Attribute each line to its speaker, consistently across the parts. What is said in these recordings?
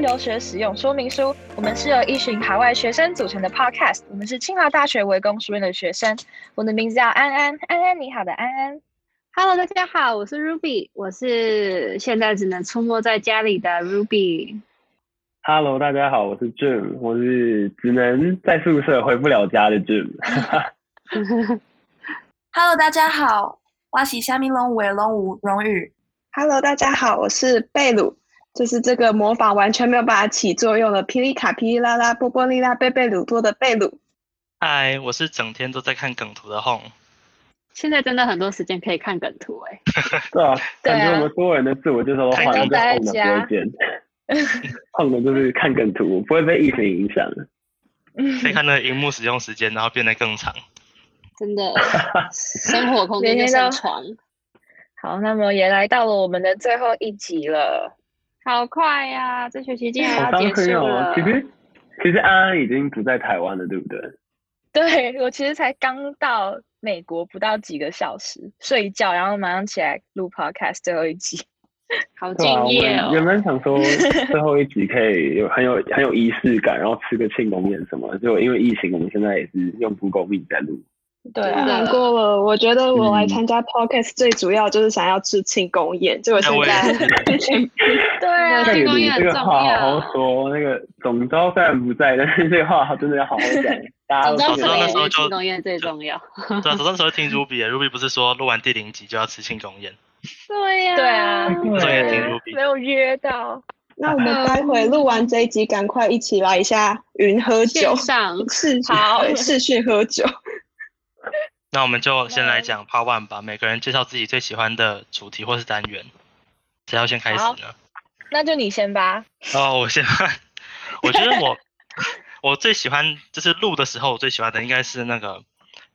Speaker 1: 留学使用说明书。我们是由一群海外学生组成的 Podcast，我们是清华大学围攻书院的学生。我的名字叫安安，安安你好的安安。
Speaker 2: Hello，大家好，我是 Ruby，我是现在只能出没在家里的 Ruby。
Speaker 3: Hello，大家好，我是 Jim，我是只能在宿舍回不了家的 Jim。
Speaker 4: Hello，大家好，我是虾米龙尾龙舞荣宇。
Speaker 5: Hello，大家好，我是贝鲁，就是这个魔法完全没有办法起作用的霹雳卡霹雳啦啦波波利拉贝贝鲁多的贝鲁。
Speaker 6: 嗨，我是整天都在看梗图的 Home。
Speaker 2: 现在真的很多时间可以看梗图哎、
Speaker 3: 对 啊，
Speaker 1: 对啊
Speaker 3: 感觉我们所有人的自我介绍都换了，
Speaker 1: 都待在
Speaker 3: 就
Speaker 1: 家
Speaker 3: 换了不会见，换的就是看梗图，不会被疫情影响。
Speaker 6: 可以看那个荧幕使用时间，然后变得更长。
Speaker 2: 真 的生活空间就
Speaker 1: 每天
Speaker 2: 像
Speaker 1: 都
Speaker 2: 床，
Speaker 1: 好，那么也来到了我们的最后一集了。
Speaker 2: 好快呀、这学期竟
Speaker 3: 好
Speaker 2: 然 要
Speaker 3: 伤
Speaker 2: 结
Speaker 3: 心
Speaker 2: 束
Speaker 3: 哦
Speaker 2: 了。，
Speaker 3: 其实其实安安已经不在台湾了，对不对？
Speaker 1: 对我其实才刚到美国不到几个小时，睡一觉，然后马上起来录 Podcast 最后一集。
Speaker 2: 好
Speaker 3: 对
Speaker 2: 敬
Speaker 3: 啊，我
Speaker 2: 业哦
Speaker 3: 们。原本 想说最后一集可以有很有很有仪式感，然后吃个庆功宴什么的，就因为疫情，我们现在也是用 Google Meet 在录。
Speaker 1: 对
Speaker 5: 太
Speaker 1: 啊，
Speaker 5: 难过了，我觉得我来
Speaker 3: 嗯
Speaker 5: 参加 Podcast 最主要就是想要吃庆功宴，结果现
Speaker 6: 我也 啊
Speaker 5: 在
Speaker 1: 对 啊，
Speaker 3: 这
Speaker 2: 庆
Speaker 3: 个
Speaker 2: 功
Speaker 3: 哎你
Speaker 2: 宴
Speaker 3: 这个
Speaker 2: 很
Speaker 3: 话
Speaker 2: 重要
Speaker 3: 好好说，那个总招虽然不在，但是这个话真的要好好讲。大家
Speaker 2: 总
Speaker 3: 都
Speaker 2: 之
Speaker 6: 招
Speaker 2: 啊
Speaker 3: 觉得
Speaker 2: 我
Speaker 6: 是那时候
Speaker 2: 们
Speaker 6: 就
Speaker 2: 庆功宴最重要。
Speaker 6: 对啊，早上时候听 Ruby 的，Ruby 不是说录完第零集就要吃庆功宴，
Speaker 2: 对呀、
Speaker 1: 对啊
Speaker 6: 那时候也听
Speaker 1: 啊
Speaker 6: Ruby
Speaker 1: 没有约到，
Speaker 5: 那我们待会录完这一集，赶快一起来一下云喝酒
Speaker 2: 线，上
Speaker 5: 视讯
Speaker 1: 好
Speaker 5: 对视讯喝酒。
Speaker 6: 那我们就先来讲 Part One 吧，每个人介绍自己最喜欢的主题或是单元。谁要先开始
Speaker 1: 好
Speaker 6: 呢？
Speaker 1: 那就你先吧。
Speaker 6: 哦，我先， 我觉得我 我最喜欢就是录的时候，我最喜欢的应该是那个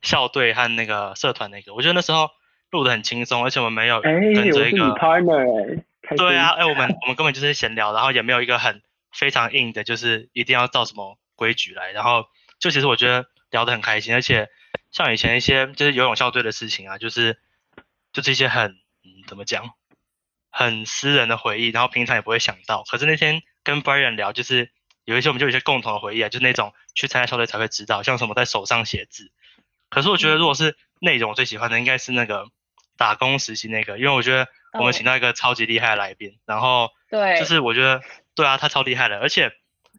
Speaker 6: 校队和那个社团那个。我觉得那时候录的很轻松，而且我们没有
Speaker 3: 哎，
Speaker 6: 跟
Speaker 3: 我
Speaker 6: 着
Speaker 3: 是
Speaker 6: 一
Speaker 3: 你
Speaker 6: 个、
Speaker 3: partner 哎，开心
Speaker 6: 对啊，，哎、我们我们根本就是闲聊，然后也没有一个很非常硬的，就是一定要照什么规矩来。然后就其实我觉得聊得很开心，而且像以前一些就是游泳校队的事情啊，就是就是一些很嗯怎么讲，很私人的回忆，然后平常也不会想到。可是那天跟 Brian 聊，就是有一些我们就有一些共同的回忆啊，就是那种去参加校队才会知道，像什么在手上写字。可是我觉得如果是内容，我最喜欢的应该是那个打工实习那个，因为我觉得我
Speaker 1: 哦
Speaker 6: 们请到一个超级厉害的来宾，然后
Speaker 1: 对，
Speaker 6: 就是我觉得对啊，他超厉害的，而且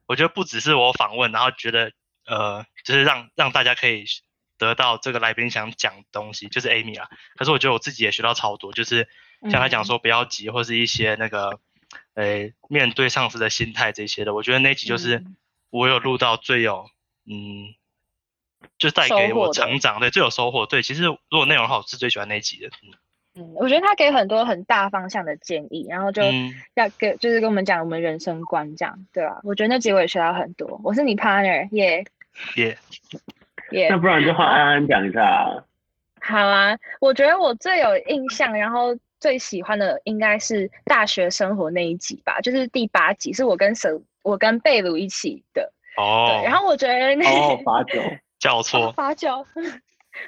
Speaker 6: 我觉得不只是我访问，然后觉得呃，就是让让大家可以得到这个来宾想讲的东西，就是 Amy 啊。可是我觉得我自己也学到超多，就是像
Speaker 1: 嗯
Speaker 6: 他讲说不要急，或是一些那个呃面对上司的心态这些的。我觉得那集就是
Speaker 1: 嗯
Speaker 6: 我有录到最有嗯。就带给
Speaker 1: 收获
Speaker 6: 我
Speaker 1: 的
Speaker 6: 成长，对，最有收获。对，其实如果内容的话，我是最喜欢那一集的。嗯
Speaker 1: 嗯我觉得他给很多很大方向的建议，然后就
Speaker 6: 嗯
Speaker 1: 要跟、就是跟我们讲我们人生观这样，对吧、我觉得那集我也学到很多。我是你 partner，耶
Speaker 6: 也、
Speaker 1: 耶
Speaker 3: 那。不然就换安安讲一下啊。
Speaker 1: 好啊，我觉得我最有印象，然后最喜欢的应该是大学生活那一集吧，就是第八集，是我跟沈我跟贝鲁一起的。
Speaker 6: 哦
Speaker 1: 对，，然后我觉得那、
Speaker 3: 哦，罚酒，
Speaker 6: 叫
Speaker 1: 哦
Speaker 6: 错，
Speaker 1: 罚 酒。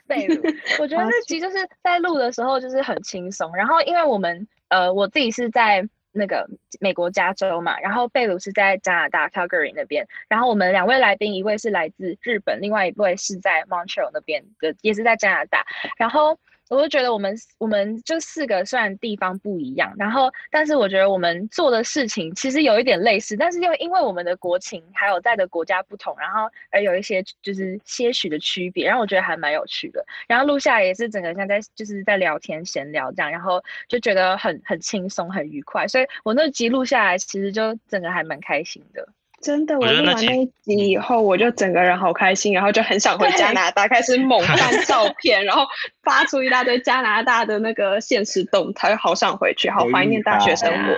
Speaker 1: 被辱，我觉得那集就是在录的时候就是很轻松，然后因为我们呃我自己是在那个美国加州嘛，然后贝鲁是在加拿大 Calgary 那边，然后我们两位来宾一位是来自日本，另外一位是在 Montreal 那边的，也是在加拿大，然后。我就觉得我们我们就四个虽然地方不一样，然后但是我觉得我们做的事情其实有一点类似，但是又因为我们的国情还有在的国家不同，然后而有一些就是些许的区别，然后我觉得还蛮有趣的。然后录下来也是整个像在就是在聊天闲聊这样，然后就觉得很很轻松很愉快，所以我那集录下来其实就整个还蛮开心的。
Speaker 5: 真的，
Speaker 6: 我
Speaker 5: 我
Speaker 6: 觉得
Speaker 5: 录
Speaker 6: 那
Speaker 5: 完
Speaker 6: 集
Speaker 5: 那一集以后，我就整个人好开心，然后就很想回加拿大，开始猛翻照片，然后发出一大堆加拿大的那个现实动态，好想回去，好怀念大学生
Speaker 3: 回忆
Speaker 5: 活。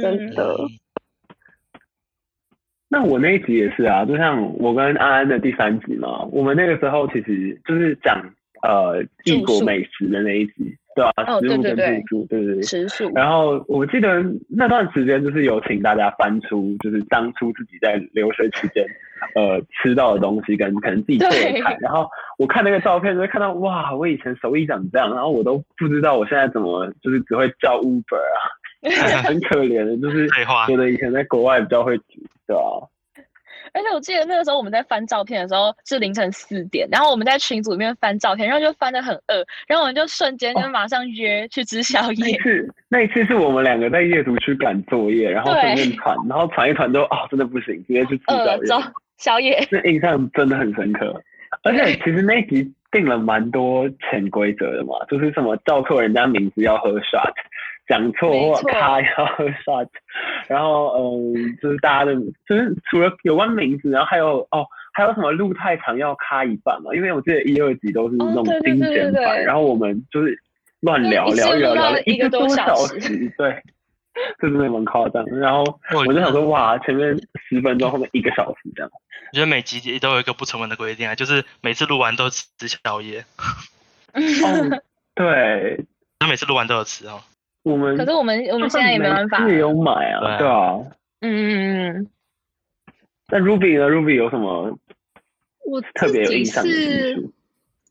Speaker 3: 杀
Speaker 1: 嗯，
Speaker 5: 真的
Speaker 6: 嗯
Speaker 3: 那我那一集也是啊，就像我跟安安的第三集嘛，我们那个时候其实就是讲呃
Speaker 1: 住宿
Speaker 3: 异国美食的那一集，对吧、
Speaker 1: 哦
Speaker 3: 食物
Speaker 1: 对
Speaker 3: 跟
Speaker 1: 对对
Speaker 3: 住宿，对对对。
Speaker 1: 吃素，
Speaker 3: 然后我记得那段时间就是有请大家翻出，就是当初自己在留学期间，呃，吃到的东西跟可能自己做的菜
Speaker 1: 对。
Speaker 3: 然后我看那个照片，就会看到哇，我以前手艺长这样，然后我都不知道我现在怎么就是只会叫 Uber 啊，很可怜的，就是
Speaker 6: 废话
Speaker 3: 觉得以前在国外比较会煮，对啊吧、
Speaker 1: 而且我记得那个时候我们在翻照片的时候是凌晨四点，然后我们在群组里面翻照片，然后就翻的很饿，然后我们就瞬间就马上约去吃宵
Speaker 3: 那一
Speaker 1: 夜。
Speaker 3: 次，那一次是我们两个在夜读区赶作业，然后顺便传，然后传一传之后，哦，真的不行，直接去吃
Speaker 1: 饿
Speaker 3: 宵
Speaker 1: 了之后
Speaker 3: 夜。，
Speaker 1: 呃宵夜
Speaker 3: 那印象真的很深刻，而且其实那一集定了蛮多潜规则的嘛，就是什么叫错人家名字要喝 shot，讲错
Speaker 1: 没
Speaker 3: 话
Speaker 1: 错
Speaker 3: 咖要喝 shot，然后嗯，就是大家的，就是除了有关名字，然后还有哦。还有什么路太长要咖一半嘛？因为我记得一二集都是那种
Speaker 1: 哦对对
Speaker 3: 精
Speaker 1: 对
Speaker 3: 简
Speaker 1: 对
Speaker 3: 版，
Speaker 1: 对
Speaker 3: 然后我们就是乱聊
Speaker 1: 一次
Speaker 3: 聊一聊
Speaker 1: 录到
Speaker 3: 聊
Speaker 1: 一个
Speaker 3: 多
Speaker 1: 多
Speaker 3: 小
Speaker 1: 小
Speaker 3: 时，对，这真的蛮夸张的。然后
Speaker 6: 我
Speaker 3: 我就想说，哇，前面十分钟，后面一个小时这样。
Speaker 6: 我觉得每集也都有一个不成文的规定啊，就是每次录完都吃宵夜，
Speaker 3: 哦， 对，
Speaker 6: 就每次录完都有吃哦。
Speaker 3: 我们
Speaker 1: 可是我们我们现在也没办法。
Speaker 3: 也有买啊，对
Speaker 6: 对
Speaker 3: 啊。
Speaker 1: 嗯嗯嗯
Speaker 3: 那 Ruby 呢？Ruby 有什么
Speaker 2: 我
Speaker 3: 特别有
Speaker 2: 自己
Speaker 3: 印象的集
Speaker 2: 是
Speaker 3: 数？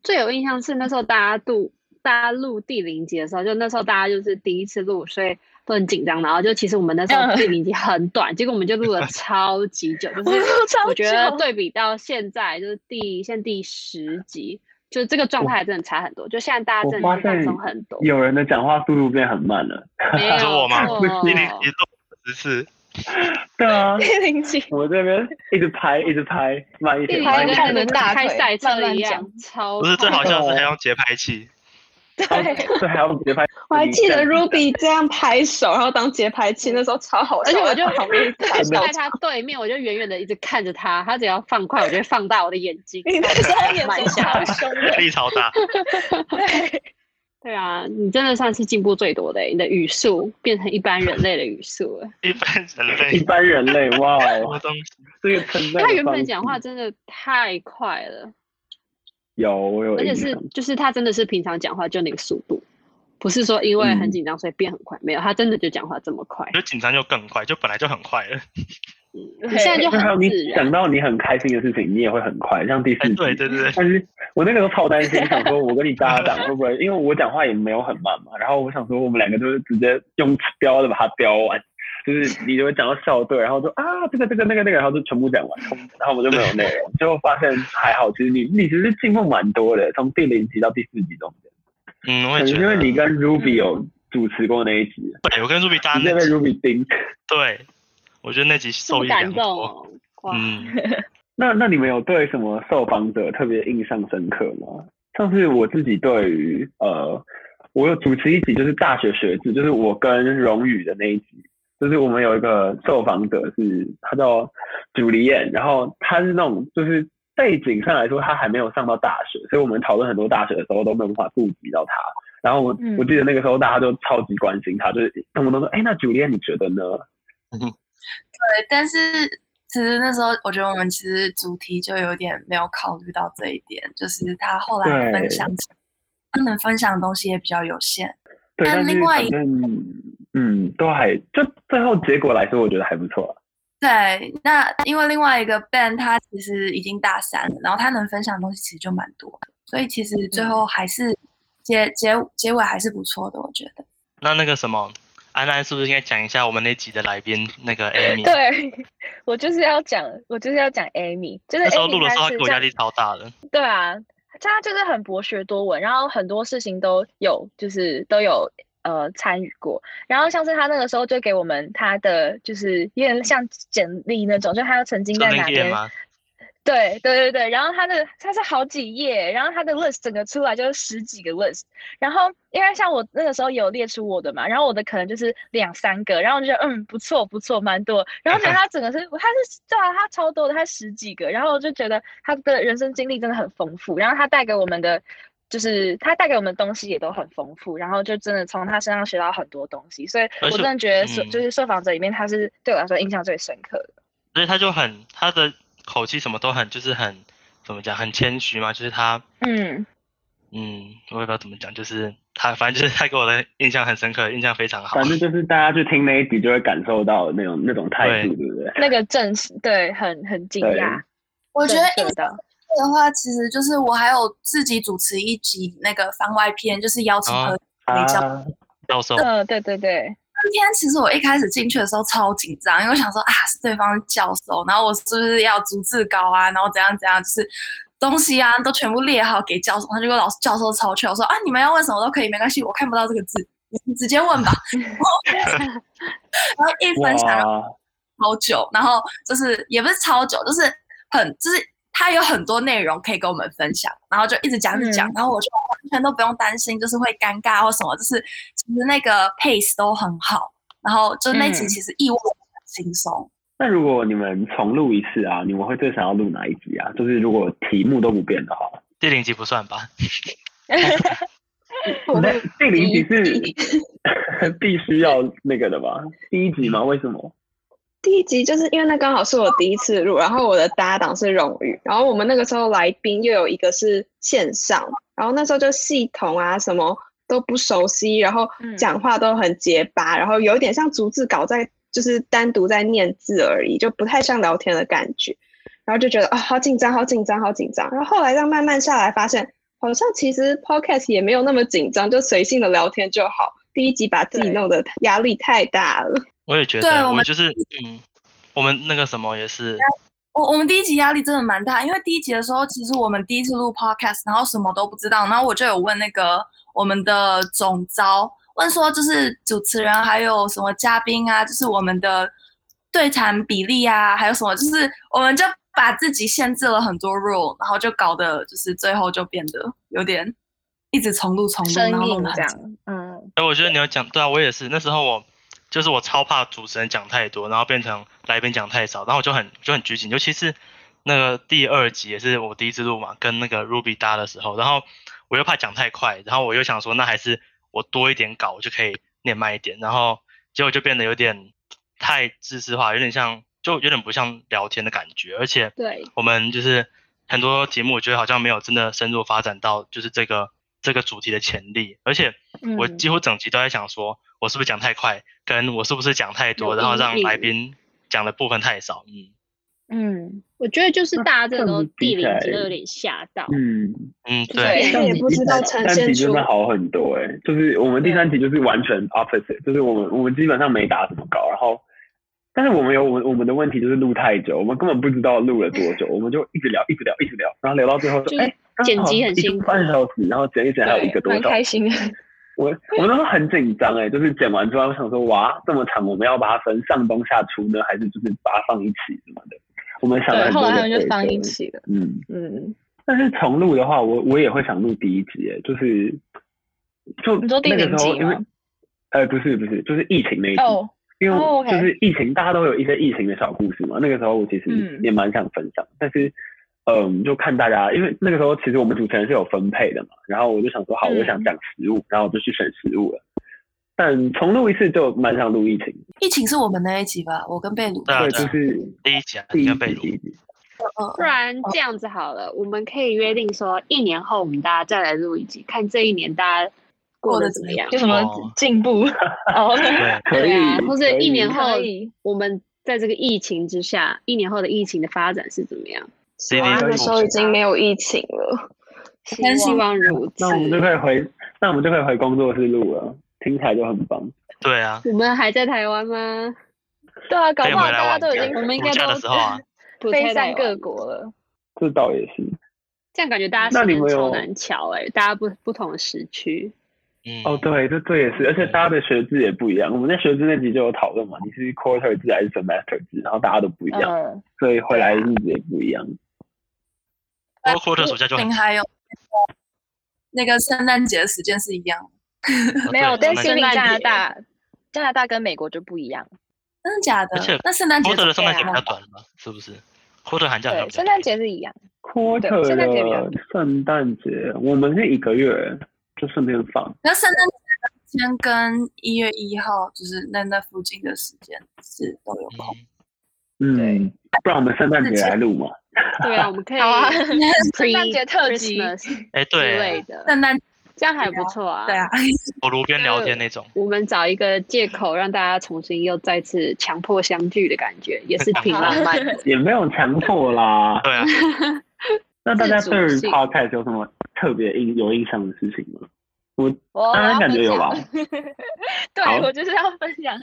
Speaker 2: 最有印象是那时候大家录大家录第零集的时候，就那时候大家就是第一次录，所以都很紧张。然后就其实我们那时候
Speaker 1: 嗯
Speaker 2: 第零集很短，结果我们就录了超级久，就
Speaker 1: 我
Speaker 2: 是
Speaker 1: 录超
Speaker 2: 我觉得
Speaker 1: 久
Speaker 2: 对比到现在就是第现在第十集，就这个状态真的差很多。就现在大家
Speaker 3: 我
Speaker 2: 真的
Speaker 3: 发
Speaker 2: 是放
Speaker 3: 现
Speaker 2: 松很多，
Speaker 3: 有人的讲话速度变很慢了。
Speaker 2: 没有
Speaker 6: 你说我吗
Speaker 3: 哦
Speaker 2: 错
Speaker 6: 一零一录十次，
Speaker 3: 对 啊，
Speaker 1: 嗯，零七
Speaker 3: 我们这边一直拍，一直拍，慢一点，
Speaker 2: 第
Speaker 1: 一
Speaker 2: 零
Speaker 3: 慢
Speaker 1: 拍
Speaker 3: 一
Speaker 2: 集
Speaker 1: 看
Speaker 2: 看
Speaker 1: 着
Speaker 2: 着
Speaker 1: 人大
Speaker 2: 开
Speaker 1: 腿
Speaker 2: 赛车
Speaker 1: 慢慢
Speaker 2: 一样
Speaker 1: 讲，
Speaker 2: 超
Speaker 6: 不是最好像是
Speaker 3: 哦
Speaker 6: 还用节拍器，
Speaker 1: 对。
Speaker 3: 点，这还要节拍。
Speaker 5: 我还记得 Ruby 这样拍手，然后当节拍器，那时候超好笑。
Speaker 2: 而且 我就
Speaker 5: 在旁边拍
Speaker 2: 我
Speaker 5: 手
Speaker 2: 坐，在他对面，我就远远的一直看着他，他只要放快，我就会放大我的眼睛。
Speaker 1: 你那时候眼
Speaker 2: 蛮
Speaker 1: 睛
Speaker 2: 像
Speaker 1: 超凶
Speaker 6: 压
Speaker 1: 的，
Speaker 6: 力超大。
Speaker 1: 对，
Speaker 2: 对啊，你真的算是进步最多的欸，你的语速变成一般人类的语速了。
Speaker 6: 一般人
Speaker 3: 一
Speaker 6: 类
Speaker 3: 般人类，哇
Speaker 6: 什么
Speaker 3: 哦，
Speaker 6: 东西？
Speaker 3: 这个存在的
Speaker 2: 他原
Speaker 3: 方
Speaker 2: 本
Speaker 3: 式
Speaker 2: 讲话真的太快了，
Speaker 3: 有，我有
Speaker 2: 而且
Speaker 3: 印
Speaker 2: 是
Speaker 3: 象。
Speaker 2: 就是他真的是平常讲话就那个速度，不是说因为
Speaker 3: 嗯
Speaker 2: 很紧张所以变很快，没有，他真的就讲话这么快
Speaker 6: 我觉。得紧张就更快，就本来就很快了。
Speaker 2: 你现在就
Speaker 3: 那还有
Speaker 2: 很
Speaker 3: 你
Speaker 2: 自然
Speaker 3: 讲，到你很开心的事情，你也会很快，像第
Speaker 6: 哎，
Speaker 3: 四集
Speaker 6: 对对对对，
Speaker 3: 但是我那个时候超担心，想说我跟你搭档会不会，因为我讲话也没有很慢嘛，然后我想说我们两个就是直接用标的把它标完，就是你就会讲到校队，然后就啊这个这个那个那个，然后就全部讲完，然后我们就没有内容，结果发现还好，其实你你其实进步蛮多的，从第零集到第四集中间，
Speaker 6: 嗯，我
Speaker 3: 可
Speaker 6: 也
Speaker 3: 能
Speaker 6: 觉
Speaker 3: 因为
Speaker 6: 得。
Speaker 3: 你跟 Ruby 有主持过那一集，
Speaker 6: 对，我跟 Ruby 搭
Speaker 3: 你在
Speaker 6: 那
Speaker 3: 被
Speaker 6: 集，
Speaker 3: Ruby 盯。
Speaker 6: 对，我觉得那集
Speaker 2: 这
Speaker 6: 受
Speaker 2: 么
Speaker 6: 益
Speaker 2: 感
Speaker 6: 良
Speaker 2: 动
Speaker 6: 多。
Speaker 2: 哦，哇！
Speaker 6: 嗯，
Speaker 3: 那那你们有对什么受访者特别印象深刻吗？像是我自己对于呃，我有主持一集就是大学学制，就是我跟荣宇的那一集，就是我们有一个受访者是他叫朱丽燕，然后他是那种就是背景上来说他还没有上到大学，所以我们讨论很多大学的时候都没有办法顾及到他。然后我
Speaker 1: 嗯
Speaker 3: 我记得那个时候大家都超级关心他，就是他们都说，哎，那朱丽燕你觉得呢？
Speaker 4: 对，但是其实那时候我觉得我们其实主题就有点没有考虑到这一点，就是他后来
Speaker 3: 对
Speaker 4: 分享起，他能分享的东西也比较有限。
Speaker 3: 对，
Speaker 4: 但
Speaker 3: 但是
Speaker 4: 另外
Speaker 3: 反
Speaker 4: 一
Speaker 3: 正嗯，都还就最后结果来说，我觉得还不错啊。
Speaker 4: 对，那因为另外一个 Ben 他其实已经大三了，然后他能分享的东西其实就蛮多的，所以其实最后还是结结结尾还是不错的，我觉得。
Speaker 6: 那那个什么，安安是不是应该讲一下我们那集的来宾那个 Amy？
Speaker 1: 对，我就是要讲，我就是要讲 Amy，就是
Speaker 6: 那时候录
Speaker 1: Amy
Speaker 6: 的时
Speaker 1: 她
Speaker 6: 候，他
Speaker 1: 是
Speaker 6: 给我
Speaker 1: 这
Speaker 6: 压
Speaker 1: 样
Speaker 6: 力超大的。
Speaker 1: 对啊，他就是很博学多闻，然后很多事情都有，就是都有呃参与过。然后像是他那个时候就给我们他的，就是有点像简历那种，就他曾经
Speaker 6: 就
Speaker 1: 在
Speaker 6: 那
Speaker 1: 哪
Speaker 6: 个
Speaker 1: 边，
Speaker 6: 吗？
Speaker 1: 对对对对，然后他的他是好几页，然后他的 list 整个出来就是十几个 list，然后因为像我那个时候有列出我的嘛，然后我的可能就是两三个，然后我就觉得嗯不错不错蛮多，然后呢他整个是他是对啊他超多的，他十几个，然后我就觉得他的人生经历真的很丰富，然后他带给我们的就是他带给我们的东西也都很丰富，然后就真的从他身上学到很多东西，所以
Speaker 6: 而
Speaker 1: 我
Speaker 6: 且
Speaker 1: 真的觉得是、
Speaker 6: 嗯
Speaker 1: 就是受访者里面他是对我来说印象最深刻的。
Speaker 6: 所以他就很他的口气什么都很就是很怎么讲很谦虚嘛，就是他
Speaker 1: 嗯，
Speaker 6: 嗯，我也不知道怎么讲，就是他反正就是他给我的印象很深刻，印象非常好
Speaker 3: 反。正就是大家去听那一集，就会感受到那种那种态度，对不对？
Speaker 1: 那个正是对很很惊
Speaker 3: 对
Speaker 1: 讶。
Speaker 4: 我觉得
Speaker 1: 真
Speaker 4: 印
Speaker 1: 的的，
Speaker 4: 的话，其实就是我还有自己主持一集那个番外篇，就是邀请
Speaker 6: 哦
Speaker 4: 和
Speaker 3: 啊
Speaker 4: 没，讲
Speaker 6: 教授
Speaker 1: 嗯，对对对，
Speaker 4: 那天其实我一开始进去的时候超紧张，因为我想说啊，是对方是教授，然后我是不是要逐字稿啊，然后怎样怎样，就是东西啊都全部列好给教授。他就跟老师教授超劝我说啊，你们要问什么都可以，没关系，我看不到这个字，你直接问吧。然后一分享然后
Speaker 3: 哇，
Speaker 4: 超久，然后就是也不是超久，就是很就是他有很多内容可以跟我们分享，然后就一直讲一直讲，然后我就完全都不用担心就是会尴尬或什么，就是其实那个 pace 都很好，然后就那集
Speaker 1: 嗯
Speaker 4: 其实意外地很轻松。
Speaker 3: 那如果你们重录一次啊，你们会最想要录哪一集啊？就是如果题目都不变的话，
Speaker 6: 第零集不算吧？
Speaker 3: 你的第零集是 必须要那个的吧？第一集
Speaker 4: 嗯
Speaker 3: 吗？为什么？
Speaker 5: 第一集就是因为那刚好是我第一次录，然后我的搭档是荣宇，然后我们那个时候来宾又有一个是线上，然后那时候就系统啊什么都不熟悉，然后
Speaker 1: 嗯
Speaker 5: 讲话都很结巴，然后有一点像逐字稿在就是单独在念字而已，就不太像聊天的感觉，然后就觉得啊、好紧张，好紧张，好紧张，然后后来这样慢慢下来发现，好像其实 podcast 也没有那么紧张，就随性的聊天就好。第一集把自己
Speaker 1: 对
Speaker 5: 弄得压力太大了。
Speaker 6: 我也觉
Speaker 4: 对
Speaker 6: 得，
Speaker 4: 我
Speaker 6: 我
Speaker 4: 们
Speaker 6: 就是嗯，我们那个什么也是，
Speaker 4: 我我们第一集压力真的蛮大，因为第一集的时候，其实我们第一次录 podcast，然后什么都不知道，然后我就有问那个我们的总招，问说就是主持人还有什么嘉宾啊，就是我们的对谈比例啊，还有什么，就是我们就把自己限制了很多 rule，然后就搞得就是最后就变得有点一直重录重录，然
Speaker 1: 生
Speaker 4: 后弄
Speaker 1: 硬
Speaker 4: 得很
Speaker 1: 这
Speaker 4: 紧
Speaker 1: 样，嗯，
Speaker 6: 哎，我觉得你要讲，对啊，我也是。那时候我就是我超怕主持人讲太多，然后变成来宾讲太少，然后我就很就很拘谨。尤其是那个第二集也是我第一次录嘛，跟那个 Ruby 搭的时候，然后我又怕讲太快，然后我又想说，那还是我多一点稿，我就可以念慢一点。然后结果就变得有点太知识化，有点像就有点不像聊天的感觉，而且
Speaker 5: 对，
Speaker 6: 我们就是很多节目，我觉得好像没有真的深入发展到就是这个这个主题的潜力，而且我
Speaker 1: 嗯
Speaker 6: 几乎整集都在想说，我是不是讲太快，跟我是不是讲太多，
Speaker 2: 有
Speaker 6: 然后
Speaker 2: 阴
Speaker 6: 让来
Speaker 2: 影
Speaker 6: 宾讲的部分太少，嗯
Speaker 1: 嗯，
Speaker 2: 我觉得就是
Speaker 3: 那
Speaker 2: 大家这
Speaker 3: 这
Speaker 2: 都
Speaker 3: 样子
Speaker 2: 第
Speaker 3: 比起
Speaker 2: 零集
Speaker 3: 来
Speaker 2: 都有点吓到，哎
Speaker 3: 嗯，
Speaker 6: 嗯，
Speaker 5: 对
Speaker 6: 对，
Speaker 5: 但也不知道呈
Speaker 3: 三
Speaker 5: 现
Speaker 3: 集真
Speaker 5: 出
Speaker 3: 的好很多哎、就是我们第三集就是完全 opposite，就是我们我们基本上没打什么稿，然后但是我们有我们我们的问题就是录太久，我们根本不知道录了多久，我们就一直聊一直聊一直聊，然后聊到最后
Speaker 2: 就
Speaker 3: 说
Speaker 2: 是
Speaker 3: 哎，刚
Speaker 2: 剪辑
Speaker 3: 好
Speaker 2: 很
Speaker 3: 一个
Speaker 2: 辛苦
Speaker 3: 半小时，然后剪一剪还有一个多
Speaker 1: 蛮
Speaker 3: 小时
Speaker 1: 开，心的，
Speaker 3: 我我那时候很紧张哎，就是剪完之后我想说哇这么长，我们要把它分上东下出呢，还是就是把它放一起什么的？我们想了
Speaker 1: 对，
Speaker 3: 很
Speaker 1: 后
Speaker 3: 多
Speaker 1: 来
Speaker 3: 的
Speaker 1: 他们就
Speaker 3: 对
Speaker 1: 放一
Speaker 3: 策
Speaker 1: 起了，
Speaker 3: 嗯。
Speaker 1: 嗯，
Speaker 3: 但是重录的话，我我也会想录第一集耶，就是就
Speaker 1: 你说第
Speaker 3: 那个
Speaker 1: 零
Speaker 3: 时候，
Speaker 1: 集
Speaker 3: 因为
Speaker 1: 吗
Speaker 3: 呃不是不是，就是疫情那一集，
Speaker 1: 哦，
Speaker 3: 因为
Speaker 1: 哦
Speaker 3: 我
Speaker 1: ，OK
Speaker 3: 就是疫情，大家都有一些疫情的小故事嘛。那个时候我其实
Speaker 1: 嗯
Speaker 3: 也蛮想分享，但是嗯，就看大家，因为那个时候其实我们主持人是有分配的嘛，然后我就想说好，
Speaker 1: 嗯
Speaker 3: 我想讲食物，然后我就去选食物了。但重录一次就蛮想录疫情，
Speaker 4: 疫情是我们那一集吧，我跟贝鲁，
Speaker 6: 对啊
Speaker 3: 对，
Speaker 6: 对
Speaker 3: 就
Speaker 6: 啊，
Speaker 3: 是
Speaker 6: 第一集啊，
Speaker 3: 第
Speaker 6: 你
Speaker 3: 一
Speaker 6: 跟
Speaker 3: 集
Speaker 6: 贝
Speaker 3: 第
Speaker 6: 鲁
Speaker 3: 一，集，
Speaker 2: 不然这样子好了，我们可以约定说，一年后我们大家再来录一集，看这一年大家过
Speaker 4: 过
Speaker 2: 得
Speaker 4: 得
Speaker 2: 怎
Speaker 4: 怎
Speaker 2: 么
Speaker 4: 么
Speaker 2: 样。
Speaker 1: 有什么
Speaker 6: 哦
Speaker 1: 进 步？哦，
Speaker 6: 对，
Speaker 3: 可以
Speaker 2: 对啊，，或者
Speaker 3: 可以
Speaker 2: 一年后
Speaker 1: 可以
Speaker 2: 我们在这个疫情之下，一年后的疫情的发展是怎么样？
Speaker 6: 第零
Speaker 5: 那时候已
Speaker 6: 集
Speaker 5: 经没有疫情了，
Speaker 1: 希
Speaker 2: 真希
Speaker 1: 望
Speaker 2: 望如此
Speaker 3: 那。我们就可以回，那我们就可以回工作室录了，听起来就很棒。
Speaker 6: 对啊，
Speaker 2: 我们还在台湾吗？
Speaker 1: 对啊，搞
Speaker 6: 可以
Speaker 1: 不好
Speaker 6: 回来
Speaker 1: 大家
Speaker 6: 玩
Speaker 1: 都已
Speaker 6: 一
Speaker 1: 经
Speaker 6: 下
Speaker 2: 我们应
Speaker 6: 暑
Speaker 2: 该
Speaker 6: 假的
Speaker 2: 都
Speaker 6: 时候 啊，
Speaker 2: 不
Speaker 1: 飞
Speaker 2: 太在
Speaker 1: 散
Speaker 2: 玩
Speaker 1: 各国了。
Speaker 3: 这倒也是。
Speaker 2: 这样感觉大家
Speaker 3: 那你
Speaker 2: 时间
Speaker 3: 们有
Speaker 2: 超难瞧哎、大家不不同的时区，
Speaker 6: 嗯，
Speaker 3: 哦，对，这这也是，而且大家的学制也不一样。我们在学制那集就有讨论嘛，你是 quarter 制还是 semester 制，然后大家都不一样，
Speaker 1: 嗯，
Speaker 3: 所以回来的日子也不一样。
Speaker 6: 不过 quarter 暑假就很
Speaker 4: 林还有那个圣诞节的时间是一样的，
Speaker 6: 长
Speaker 1: 没有，
Speaker 6: 哦对
Speaker 1: 但
Speaker 6: 圣
Speaker 1: 心
Speaker 6: 诞
Speaker 1: 里
Speaker 2: 圣诞
Speaker 1: 加拿
Speaker 2: 节
Speaker 1: 大，加拿大跟美国就不一样。
Speaker 4: 真的假
Speaker 6: 而且
Speaker 4: 的？那圣诞节
Speaker 6: quarter
Speaker 4: 怎
Speaker 6: 的圣
Speaker 4: 么
Speaker 6: 诞节比
Speaker 4: 样啊
Speaker 6: 较短嘛，是不是？quarter 寒假好
Speaker 1: 啊
Speaker 6: 像
Speaker 1: 对，
Speaker 6: 比较
Speaker 1: 圣诞
Speaker 6: 短
Speaker 1: 节是一样。
Speaker 3: quarter
Speaker 1: 圣诞节比较
Speaker 3: 的圣诞节，我们是一个月就顺便放，
Speaker 4: 那圣诞节那天跟一月一号，就是那那附近的时间是都有空。
Speaker 6: 嗯
Speaker 3: 嗯，不然我们圣诞节
Speaker 4: 那这
Speaker 3: 来录嘛。
Speaker 2: 对啊，我 们可以
Speaker 1: 好啊
Speaker 2: 圣
Speaker 1: 诞节特辑
Speaker 6: 哎，
Speaker 2: 之
Speaker 6: 对，
Speaker 2: 类的，
Speaker 4: 圣诞
Speaker 2: 这样还不错啊。
Speaker 4: 对啊，
Speaker 6: 我炉边聊天那种，
Speaker 2: 我们找一个借口让大家重新又再次强迫相聚的感觉，也是
Speaker 6: 啊
Speaker 2: 挺浪漫的。
Speaker 3: 也没有强迫啦。
Speaker 6: 对啊，
Speaker 3: 那大家对于
Speaker 2: 自主性
Speaker 3: podcast 有什么特别印有印象的事情吗？
Speaker 1: 我
Speaker 3: 当然
Speaker 1: 要
Speaker 3: 感觉
Speaker 1: 分
Speaker 3: 有啊
Speaker 1: 享
Speaker 3: 吧
Speaker 1: 对对
Speaker 3: 好
Speaker 1: 我就是要分享，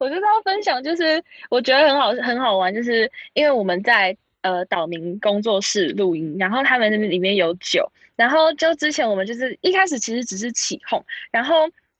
Speaker 1: 我就是要分享，就是我觉得很好很好玩，就是因为我们在呃岛民工作室录音，然后他们那边里面有酒，然后就之前我们就是一开始其实只是起哄，然后。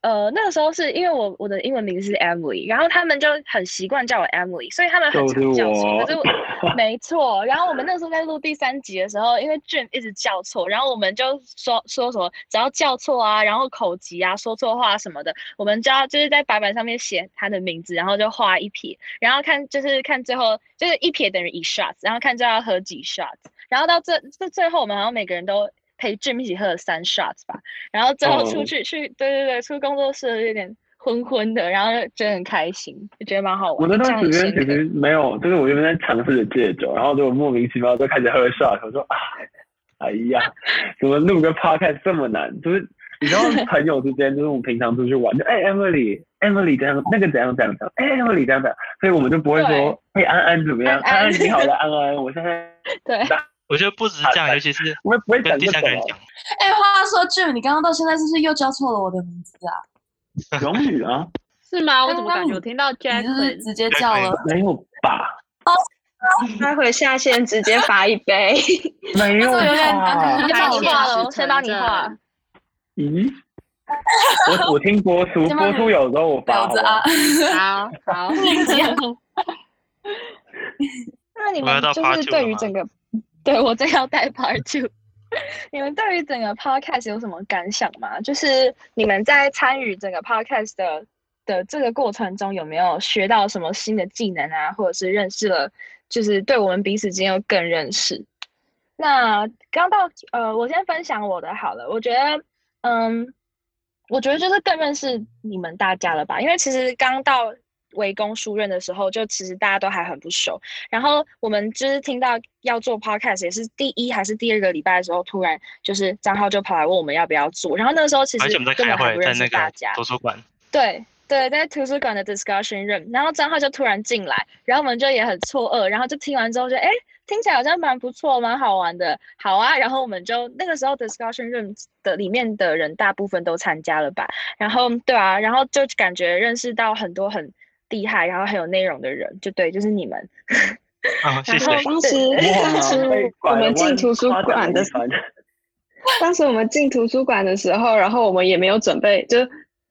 Speaker 1: 呃，那个时候是因为我我的英文名字是 Emily，然后他们就很习惯叫我 Emily，所以他们很
Speaker 3: 就
Speaker 1: 常
Speaker 3: 是
Speaker 1: 叫
Speaker 3: 我
Speaker 1: 错。可是 我没错，然后我们那个时候在录第三集的时候，因为卷一直叫错，然后我们就说说什么只要叫错啊，然后口急啊，说错话什么的，我们就要就是在白板上面写他的名字，然后就画一撇，然后看就是看最后就是一撇等于一 shots，然后看最后要喝几 shots，然后到最这最后我们好像每个人都陪 Jim 一起喝了三 shots 吧，然后最后出
Speaker 3: 哦
Speaker 1: 去、去对对对出工作室有点昏昏的，然后就觉得很开心，就觉得蛮好玩。
Speaker 3: 我那
Speaker 1: 这样
Speaker 3: 段时
Speaker 1: 的
Speaker 3: 间
Speaker 1: 心
Speaker 3: 其
Speaker 1: 得
Speaker 3: 实没有，就是我原本在尝试着戒酒，然后就莫名其妙就开始喝 shot，我说啊，哎呀，怎么录个 podcast 这么难？就是你 知道朋友之间，就是我们平常出去玩，就哎、Emily，Emily 怎样，那个怎样怎样怎样，哎、Emily 怎样怎样，所以我们就不会说哎、安安怎么样，
Speaker 1: 安
Speaker 3: 安
Speaker 1: 安
Speaker 3: 安你好了，安安，我现 在
Speaker 1: 对，
Speaker 6: 我觉得不只是 这样，尤其是
Speaker 3: 我也不会讲
Speaker 6: 跟第
Speaker 3: 这
Speaker 6: 三个人
Speaker 3: 种
Speaker 6: 讲，
Speaker 4: 哎、话说 Jim，你刚刚到现在是不是又叫错了我的名字啊？
Speaker 3: 荣语啊，
Speaker 2: 是吗？我怎么感觉
Speaker 4: 嗯
Speaker 2: 我听到
Speaker 4: 你就是
Speaker 2: Jackson？
Speaker 4: 直接叫了，
Speaker 3: 没有吧？
Speaker 5: 待会下线直接罚一杯。
Speaker 3: 没有啊
Speaker 4: 那时候有点
Speaker 3: 吧？
Speaker 1: 先到你画喽，先到你画。
Speaker 3: 咦？我我听播出，
Speaker 4: 这么
Speaker 3: 播出有时候我发
Speaker 4: 婊
Speaker 3: 好
Speaker 4: 子
Speaker 3: 不好
Speaker 4: 啊！
Speaker 2: 好好，
Speaker 1: 那你
Speaker 6: 我
Speaker 1: 们
Speaker 6: 们要到
Speaker 1: 就
Speaker 6: part
Speaker 1: 是
Speaker 6: two
Speaker 1: 对
Speaker 6: 了
Speaker 1: 于
Speaker 6: 吗
Speaker 1: 整个， 对我正要带 Part Two，你们对于整个 Podcast 有什么感想吗？就是你们在参与整个 Podcast 的的这个过程中，有没有学到什么新的技能啊，或者是认识了，就是对我们彼此之间有更认识？那刚到呃，我先分享我的好了，我觉得嗯，我觉得就是更认识你们大家了吧，因为其实刚到围攻书院的时候，就其实大家都还很不熟。然后我们就是听到要做 podcast，也是第一还是第二个礼拜的时候，突然就是张浩就跑来问我们要不要做。然后那个时候其
Speaker 6: 而
Speaker 1: 实
Speaker 6: 且我们
Speaker 1: 根
Speaker 6: 在开
Speaker 1: 本还
Speaker 6: 会
Speaker 1: 不，
Speaker 6: 在
Speaker 1: 认
Speaker 6: 那
Speaker 1: 识大
Speaker 6: 个
Speaker 1: 家，
Speaker 6: 图书馆，
Speaker 1: 对对，在图书馆的 discussion room，然后张浩就突然进来，然后我们就也很错愕，然后就听完之后就哎，诶听起来好像蛮不错，蛮好玩的，好啊。然后我们就那个时候 discussion room 的里面的人大部分都参加了吧，然后对啊，然后就感觉认识到很多很厉害，然后很有内容的人，就对，就是你们。
Speaker 6: 啊，谢
Speaker 1: 然后
Speaker 6: 谢。
Speaker 5: 当
Speaker 3: 哇
Speaker 5: 时当时我们进图书馆的，
Speaker 3: 被拐弯
Speaker 5: 当时我们进图书馆的时候，然后我们也没有准备，就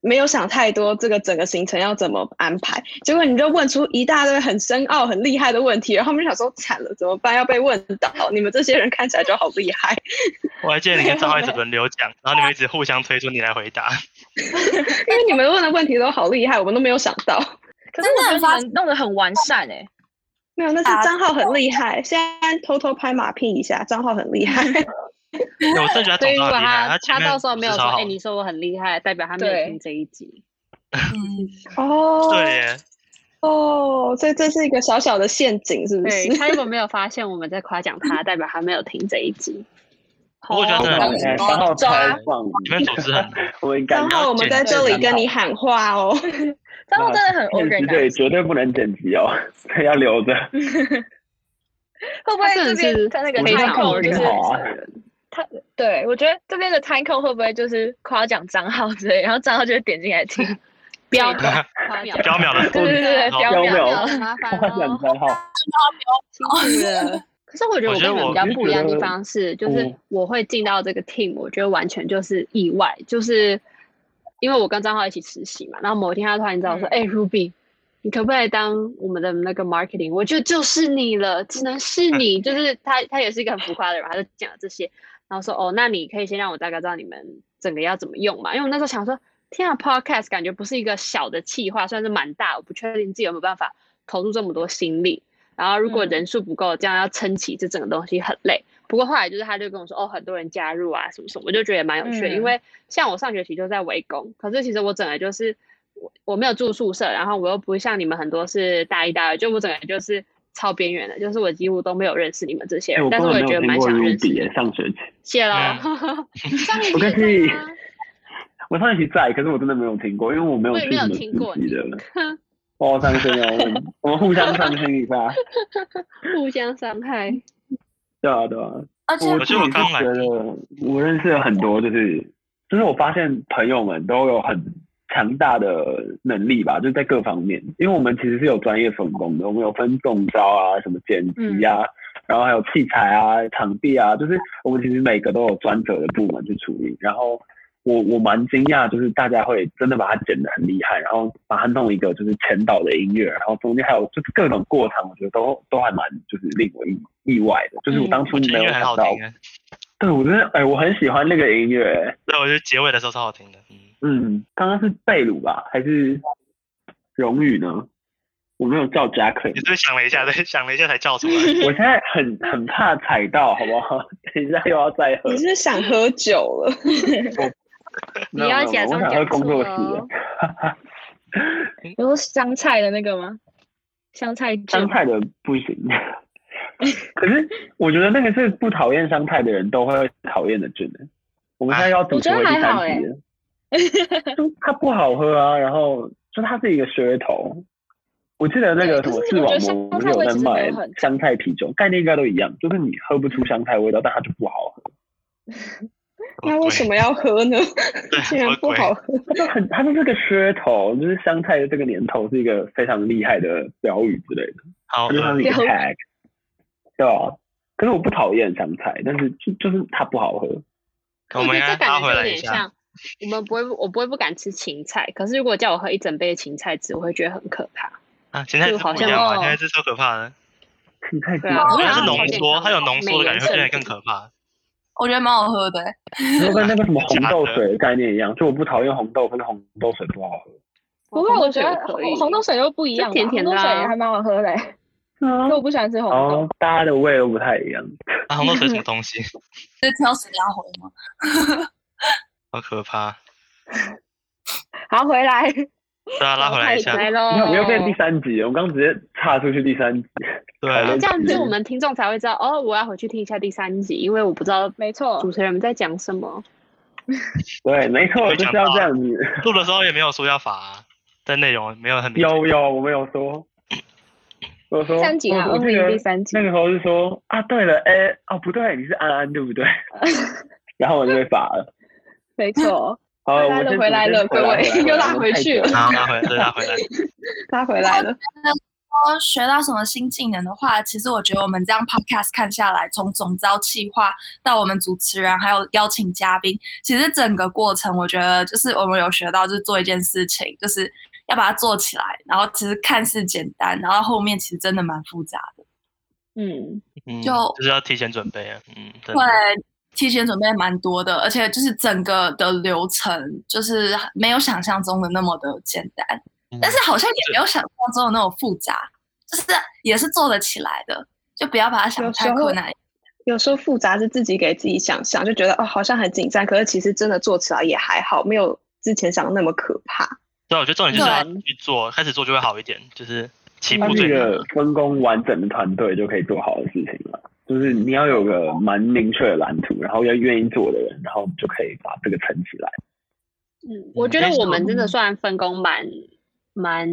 Speaker 5: 没有想太多这个整个行程要怎么安排。结果你就问出一大堆很深奥、很厉害的问题，然后我们就想说惨了，怎么办？要被问倒，你们这些人看起来就好厉害。
Speaker 6: 我还记得你跟张浩一直轮流讲，然后你们一直互相推出你来回答。
Speaker 5: 因为你们问的问题都好厉害，我们都没有想到。
Speaker 1: 可是
Speaker 4: 真
Speaker 1: 我
Speaker 4: 的
Speaker 1: 觉
Speaker 4: 很
Speaker 1: 得
Speaker 4: 发
Speaker 1: 你们弄得很完善哎、
Speaker 5: 没有，那
Speaker 4: 啊
Speaker 5: 是张浩很厉害。现在偷偷拍马屁一下，张浩很厉害。
Speaker 6: 我真的觉
Speaker 2: 所
Speaker 6: 得董
Speaker 2: 以如
Speaker 6: 超
Speaker 2: 果
Speaker 6: 很厉害，
Speaker 2: 他
Speaker 6: 前
Speaker 2: 他
Speaker 6: 面
Speaker 2: 到时候没有
Speaker 6: 是
Speaker 2: 说，
Speaker 6: 超好
Speaker 2: 哎，你说我很厉害，代表他没有
Speaker 1: 对
Speaker 2: 听这一集。
Speaker 4: 嗯，
Speaker 5: 哦，
Speaker 6: 对耶，
Speaker 5: 哦，所以这是一个小小的陷阱，是不
Speaker 2: 对
Speaker 5: 是？
Speaker 2: 他如果没有发现我们在夸奖他，代表他没有听这一 集。
Speaker 6: 不过我觉得真的很
Speaker 3: 我
Speaker 6: 厉
Speaker 3: 现在
Speaker 6: 害
Speaker 3: 刚哎好开放，
Speaker 6: 你们组织很
Speaker 3: 我很感
Speaker 5: 张
Speaker 3: 觉
Speaker 5: 浩，我们在这里跟你喊话哦。
Speaker 1: 张浩真的很 organized，
Speaker 3: 对，绝对不能剪辑哦，要留着。
Speaker 1: 会不会
Speaker 2: 他
Speaker 1: 这
Speaker 2: 真的是
Speaker 1: 边他那个
Speaker 3: 我
Speaker 2: 非
Speaker 3: 觉得
Speaker 1: time
Speaker 2: 常
Speaker 3: 他口
Speaker 1: code
Speaker 3: 很
Speaker 1: 就是
Speaker 3: 好啊
Speaker 1: 他对我觉得这边的 time code 会不会就是夸奖张浩之类，然后张浩就会点进来听
Speaker 2: 标
Speaker 1: 对
Speaker 2: 夸奖
Speaker 6: 缥缈的
Speaker 1: 对对对对，
Speaker 6: 好
Speaker 1: 标
Speaker 3: 标
Speaker 1: 秒
Speaker 3: 秒
Speaker 1: 秒。
Speaker 2: 麻烦
Speaker 3: 夸奖
Speaker 2: 哦，
Speaker 3: 三号，
Speaker 2: 辛苦了。 可是我觉得
Speaker 6: 我
Speaker 2: 我
Speaker 6: 觉
Speaker 2: 跟
Speaker 6: 得
Speaker 2: 你们
Speaker 6: 我
Speaker 2: 比较
Speaker 3: 就
Speaker 2: 不
Speaker 3: 觉
Speaker 2: 一样的地
Speaker 3: 得
Speaker 2: 方是，就是
Speaker 3: 嗯
Speaker 2: 我会进到这个 team，我觉得完全就是意外，就是因为我跟张浩一起实习嘛，然后某一天他突然找我说：“哎、r u b y 你可不可以当我们的那个 marketing？” 我觉得就是你了，只能是你。
Speaker 6: 嗯
Speaker 2: 就是他，他也是一个很浮夸的人，他就讲了这些，然后说：“哦，那你可以先让我大概知道你们整个要怎么用嘛。”因为我那时候想说，天啊，podcast 感觉不是一个小的企划，算是蛮大，我不确定自己有没有办法投入这么多心力。然后如果
Speaker 1: 嗯
Speaker 2: 人数不够，这样要撑起这整个东西很累。不过后来就是他就跟我说，哦，很多人加入啊，什么什么，我就觉得也蛮有趣的。因
Speaker 1: 嗯
Speaker 2: 为像我上学期就在围攻，可是其实我整个就是我我没有住宿舍，然后我又不像你们很多是大一大二，就我整个就是超边缘的，就是我几乎都没有认识你们这些
Speaker 3: 哎，
Speaker 2: 人，
Speaker 3: 我
Speaker 2: 但
Speaker 3: 根
Speaker 2: 是我也
Speaker 3: 本
Speaker 2: 觉
Speaker 3: 没有听
Speaker 2: 得蛮
Speaker 3: 过
Speaker 2: 想认识
Speaker 3: Ruby
Speaker 2: 你
Speaker 3: 耶
Speaker 2: 们。
Speaker 3: 上学期，
Speaker 2: 谢喽
Speaker 6: 嗯，
Speaker 2: 啊上面
Speaker 3: 我
Speaker 2: 也
Speaker 3: 跟
Speaker 2: 是
Speaker 3: 你我上学期在，可是我真的没有听过，因为我没有
Speaker 2: 我也
Speaker 3: 去
Speaker 2: 没有
Speaker 3: 你们
Speaker 2: 听过
Speaker 3: 自己
Speaker 2: 你
Speaker 3: 的。 哦，上升哦，我们我们互相上升一下，
Speaker 2: 互相伤害。
Speaker 3: 对啊对啊。
Speaker 4: 而且
Speaker 3: 我
Speaker 6: 我
Speaker 3: 自己
Speaker 6: 觉得我
Speaker 3: 是
Speaker 6: 刚来
Speaker 3: 觉得我认识了很多，就是就是我发现朋友们都有很强大的能力吧，就是在各方面，因为我们其实是有专业分工的，我们有分中招啊、什么剪辑啊，然后还有器材啊、场地啊，就是我们其实每个都有专责的部门去处理。然后我我蛮惊讶，就是大家会真的把它剪得很厉害，然后把它弄一个就是前导的音乐，然后中间还有就是各种过场，我觉得都都还蛮就是令我意意外的，就是我当初
Speaker 6: 嗯我觉得
Speaker 3: 没有
Speaker 6: 音乐
Speaker 3: 想
Speaker 6: 很好
Speaker 3: 到，
Speaker 6: 听啊，
Speaker 3: 对我真的哎、我很喜欢那个音乐。
Speaker 6: 对，我觉得结尾的时候超好听的，嗯，
Speaker 3: 嗯，刚刚是贝鲁吧，还是荣宇呢？我没有叫 Jacklin，
Speaker 6: 你是不是想了一下，对，想了一下才 叫出来？
Speaker 3: 我现在很很怕踩到，好不好？ 等一下又要再喝
Speaker 5: 你，是不是想喝酒了？
Speaker 1: 你
Speaker 3: 没有
Speaker 1: 要
Speaker 3: 没有
Speaker 1: 假
Speaker 3: 我
Speaker 1: 装
Speaker 3: 想
Speaker 1: 讲
Speaker 3: 喝工作
Speaker 1: 错
Speaker 3: 室
Speaker 1: 哦
Speaker 3: 的。
Speaker 1: 你说香菜的那个吗？香菜酒
Speaker 3: 香菜的不行。可是我觉得那个是不讨厌香菜的人都会讨厌的菌的。我们现在要主持
Speaker 1: 啊我觉
Speaker 3: 回
Speaker 1: 得
Speaker 3: 第
Speaker 1: 还好欸
Speaker 3: 三集了，就它不好喝啊，然后就它是一个噱头。我记得那个什
Speaker 1: 对
Speaker 3: 么
Speaker 1: 可是
Speaker 3: 视
Speaker 1: 我觉得
Speaker 3: 网膜
Speaker 1: 香
Speaker 3: 不是
Speaker 1: 菜
Speaker 3: 有
Speaker 1: 味
Speaker 3: 在
Speaker 1: 其实没有
Speaker 3: 卖
Speaker 1: 很重
Speaker 3: 香菜啤酒，概念应该都一样，就是你喝不出香菜味道，但它就不好喝，
Speaker 5: 那为什
Speaker 6: 么？
Speaker 5: 么要喝 呢？竟然不好喝，
Speaker 3: 它就很它就是个噱头，就是香菜的这个年头是一个非常厉害的标语之类的。
Speaker 6: 好
Speaker 3: 它就
Speaker 6: 恶
Speaker 3: 像是一个
Speaker 1: 了解
Speaker 3: tag，对啊。可是我不讨厌香菜，但是就就是它不好喝。
Speaker 6: 我们
Speaker 2: 觉得
Speaker 6: 应该
Speaker 2: 这感觉
Speaker 6: 拉回
Speaker 2: 就有
Speaker 6: 来一
Speaker 2: 点
Speaker 6: 下。
Speaker 2: 像，我们不会，我不会不敢吃芹菜，可是如果叫我喝一整杯的芹菜汁，我会觉得很可怕。
Speaker 6: 啊，芹菜
Speaker 2: 就
Speaker 6: 汁
Speaker 2: 好
Speaker 6: 不一
Speaker 2: 像
Speaker 6: 样嘛，芹
Speaker 1: 哦
Speaker 6: 菜汁超可怕的，
Speaker 3: 芹菜汁
Speaker 2: 对啊
Speaker 6: 我觉
Speaker 2: 然后
Speaker 6: 得是
Speaker 2: 好
Speaker 6: 浓
Speaker 2: 健
Speaker 6: 缩，
Speaker 2: 康
Speaker 6: 它有
Speaker 2: 哦
Speaker 6: 浓
Speaker 2: 美
Speaker 6: 缩
Speaker 2: 元
Speaker 6: 的感觉，会变得
Speaker 2: 圣
Speaker 6: 更可怕。
Speaker 4: 我觉得蛮好喝的、欸。
Speaker 3: 就跟那个什么红
Speaker 6: 真的假
Speaker 3: 豆
Speaker 6: 的
Speaker 3: 水的概念一样，就我不讨厌红豆，可是红豆水不好喝。
Speaker 1: 不过我
Speaker 2: 红
Speaker 1: 觉
Speaker 2: 豆
Speaker 1: 得
Speaker 2: 水可以
Speaker 1: 红红豆水又不一
Speaker 2: 就
Speaker 1: 样吧，
Speaker 2: 甜甜
Speaker 1: 红
Speaker 2: 的
Speaker 1: 豆水
Speaker 2: 啊
Speaker 1: 还蛮好喝的欸、 可我不喜欢吃红豆
Speaker 3: 哦，，大家的味都不太一样。
Speaker 6: 啊，红豆水什么东西？
Speaker 4: 就是挑水要红吗？
Speaker 6: 好可怕！
Speaker 1: 好回来，
Speaker 6: 对啊，拉回来一下。
Speaker 2: 来喽
Speaker 1: 哦
Speaker 3: 你看，我们又变第三集了，我们刚刚直接岔出去第三集。
Speaker 6: 对啊
Speaker 3: 好，
Speaker 2: 这样子我们听众才会知道哦，我要回去听一下第三集，因为我不知道
Speaker 1: 没错
Speaker 2: 主，持人们在讲什
Speaker 3: 哦
Speaker 2: 么。
Speaker 3: 对，没错，就是要这样子。
Speaker 6: 录的时候也没有说要罚啊，但内容没有很明确。
Speaker 3: 有有，我们有说，我有
Speaker 1: 第
Speaker 3: 说
Speaker 1: 三集啊，
Speaker 3: 我我
Speaker 1: 二
Speaker 3: 记
Speaker 1: 零
Speaker 3: 得
Speaker 1: 第三集
Speaker 3: 那，个时候是说啊，对了，哎、哦不对，你是安安对不 对？然后我就被罚了。
Speaker 1: 没错，
Speaker 3: 好，
Speaker 1: 回
Speaker 3: 呃我
Speaker 1: 来了
Speaker 3: 先
Speaker 1: 回来
Speaker 3: 我
Speaker 1: 了
Speaker 3: 先回
Speaker 1: 各 位
Speaker 3: 回来
Speaker 2: 又拉
Speaker 3: 我
Speaker 2: 回
Speaker 3: 太
Speaker 2: 去
Speaker 3: 久
Speaker 2: 了
Speaker 6: 好，拉回来，对，拉回来。
Speaker 5: 拉回来了。
Speaker 4: 说学到什么新技能的话，其实我觉得我们这样 podcast 看下来，从总招企划到我们主持人，还有邀请嘉宾，其实整个过程，我觉得就是我们有学到，就是做一件事情，就是要把它做起来，然后其实看似简单，然后后面其实真的蛮复杂的，
Speaker 1: 嗯，
Speaker 6: 嗯，
Speaker 4: 就
Speaker 6: 就是要提前准备啊。嗯，真的。
Speaker 4: 对，提前准备蛮多的，而且就是整个的流程，就是没有想象中的那么的简单。
Speaker 6: 嗯
Speaker 4: 但是好像也没有想象中的那种复杂，就是也是做得起来的，就不要把它想得
Speaker 5: 有
Speaker 4: 太
Speaker 5: 时候
Speaker 4: 困难。
Speaker 5: 有时候复杂是自己给自己想象，就觉得哦好像很紧张，可是其实真的做起来也还好，没有之前想的那么可怕。
Speaker 6: 对啊，我觉得重点就是要去做，开始做就会好一点，就是起
Speaker 3: 它
Speaker 6: 步
Speaker 3: 是
Speaker 6: 最
Speaker 3: 一
Speaker 6: 难。
Speaker 3: 个分工完整的团队就可以做好的事情了。就是你要有个蛮明确的蓝图，然后要愿意做的人，然后就可以把这个撑起来。
Speaker 2: 嗯，我觉得我们真的算分工蛮蛮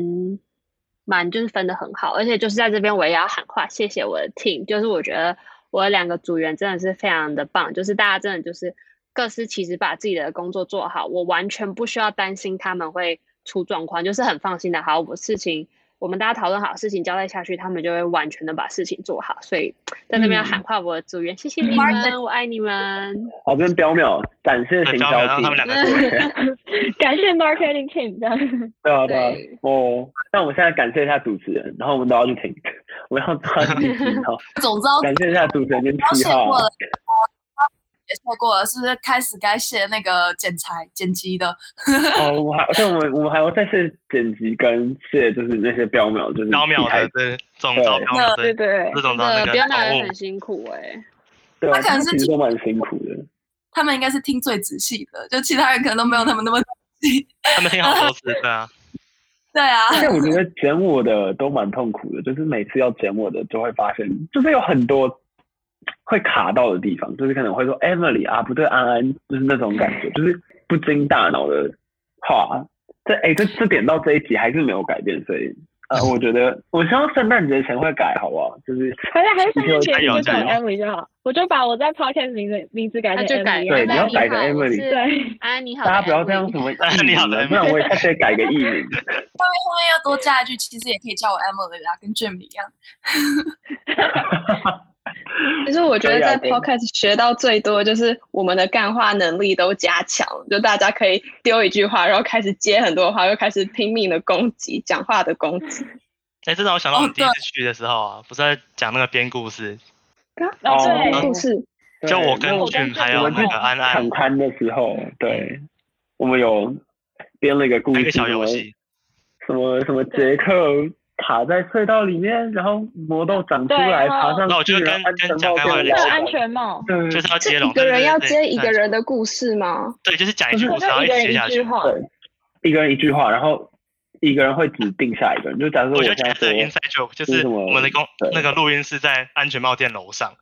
Speaker 2: 蛮，就是分的很好，而且就是在这边我也要喊话，谢谢我的 team，就是我觉得我的两个组员真的是非常的棒，就是大家真的就是各司其职，把自己的工作做好，我完全不需要担心他们会出状况，就是很放心的。好，我事情我们大家讨论好事情交代下去，他们就会完全的把事情做好，所以在这边要喊话我的组员，谢谢你们，我爱你们。
Speaker 3: 好，这边缥缈感谢行
Speaker 6: 对，不要
Speaker 3: 销
Speaker 6: 让他
Speaker 3: 팀，
Speaker 6: 们两个做。
Speaker 1: 感谢 marketing team 这样，
Speaker 3: 对啊对啊
Speaker 2: 对，
Speaker 3: 哦，那我们现在感谢一下主持人，然后我们都要去听， 我们要抓紧听好，
Speaker 1: 哦
Speaker 4: 总招
Speaker 3: 感谢一下主持人跟
Speaker 4: 要
Speaker 3: 七
Speaker 4: 写
Speaker 3: 号
Speaker 4: 过，了，也写过了，是不是开始该写那个剪裁剪辑的？
Speaker 3: 哦，我还，而且我们我们还要再谢剪辑跟谢就是那些缥缈，就是
Speaker 6: 缥缈
Speaker 3: 一开
Speaker 6: 的，
Speaker 3: 始
Speaker 6: 对，总招
Speaker 3: 对
Speaker 6: 缥缈
Speaker 1: 对
Speaker 6: 的，
Speaker 1: 对
Speaker 6: 这，种招那
Speaker 2: 真的，
Speaker 6: 个哦
Speaker 2: 不要拿
Speaker 6: 宠
Speaker 2: 人
Speaker 6: 物
Speaker 2: 很辛苦哎、
Speaker 3: 对啊，
Speaker 4: 他可能是
Speaker 3: 其实都蛮辛苦的。
Speaker 4: 他们应该是听最仔细的，就其他人可能都没有他们那么 仔细。
Speaker 6: 他们听好多次，对啊，
Speaker 4: 对啊，
Speaker 3: 但我觉得剪我的都蛮痛苦的，就是每次要剪我的，就会发现就是有很多会卡到的地方，就是可能会说 Emily 啊，不对，安安，就是那种感觉，就是不经大脑的话。这哎、这这点到这一集还是没有改变，所以呃，我觉得我希望圣诞节前会改，好不好？就是
Speaker 7: 还是还是圣诞节
Speaker 6: 加油
Speaker 7: 你就叫
Speaker 6: 加
Speaker 7: 我
Speaker 6: 油
Speaker 7: Emily 就好，我就把我在 podcast 名字名字改
Speaker 2: 那
Speaker 7: 成
Speaker 2: 就改
Speaker 7: Emily 好
Speaker 3: 对，你
Speaker 7: 了
Speaker 3: 要
Speaker 1: 安妮
Speaker 3: 改成
Speaker 1: 好我
Speaker 3: Emily，
Speaker 1: 是
Speaker 7: 对，
Speaker 1: 安妮好，
Speaker 3: 大家不要这样什么艺
Speaker 6: 你好
Speaker 3: 名
Speaker 6: 的
Speaker 3: 了，
Speaker 6: Emily
Speaker 3: 不然我也 下次改个艺名。
Speaker 4: 后面要多加一句，其实也可以叫我 Emily 啦，跟 Jim 一样。
Speaker 5: 其实我觉得
Speaker 3: 可以啊
Speaker 5: 在
Speaker 3: 可以
Speaker 5: podcast 学到最多就是我们的干话能力都加强，就大家可以丢一句话，然后开始接很多话，又开始拼命的攻击，讲话的攻击。
Speaker 6: 哎，这让我想到我
Speaker 4: 哦
Speaker 6: 们第一次去的时候啊，不是在讲那个编故事，
Speaker 7: 哦
Speaker 3: 对
Speaker 2: 啊
Speaker 5: 故事
Speaker 3: 对
Speaker 6: 就我跟
Speaker 3: 那
Speaker 6: 俊还
Speaker 3: 我
Speaker 6: 有
Speaker 3: 们
Speaker 6: 那
Speaker 3: 去
Speaker 6: 个安安
Speaker 3: 场刊的时候，对，我们有编了一个故
Speaker 6: 那
Speaker 3: 事，
Speaker 6: 个小游戏，
Speaker 3: 什么什么杰克卡在隧道里面，然后魔豆长出
Speaker 7: 对
Speaker 3: 来
Speaker 7: 然后
Speaker 3: 爬上
Speaker 6: 那我
Speaker 3: 去，
Speaker 6: 就跟
Speaker 3: 然后安
Speaker 6: 跟
Speaker 3: 全
Speaker 6: 蒋
Speaker 3: 帽
Speaker 6: 干话有
Speaker 3: 变
Speaker 6: 点
Speaker 7: 戴
Speaker 6: 像
Speaker 7: 安全帽，
Speaker 3: 对
Speaker 6: 就是要接
Speaker 5: 是
Speaker 6: 龙，
Speaker 5: 嗯一个人要接一个
Speaker 6: 人。
Speaker 5: 人的故事吗？嗯
Speaker 6: 对，就是讲一
Speaker 3: 就
Speaker 6: 句
Speaker 3: 是
Speaker 6: 故
Speaker 7: 我
Speaker 6: 事，然后
Speaker 7: 就一
Speaker 6: 一
Speaker 7: 个
Speaker 6: 直
Speaker 7: 人
Speaker 6: 接
Speaker 7: 一
Speaker 6: 下
Speaker 7: 句
Speaker 6: 去。
Speaker 7: 话，
Speaker 3: 对，一个人一句话，然后一个人会指定下一个人。就假设
Speaker 6: 我
Speaker 3: 现
Speaker 6: 觉得讲
Speaker 3: 在
Speaker 6: 的
Speaker 3: 说，
Speaker 6: inside joke
Speaker 3: 嗯就
Speaker 6: 就
Speaker 3: 是
Speaker 6: 是
Speaker 3: 什么
Speaker 6: 我们的公
Speaker 3: 对
Speaker 6: 那个录音是在安全帽店楼上，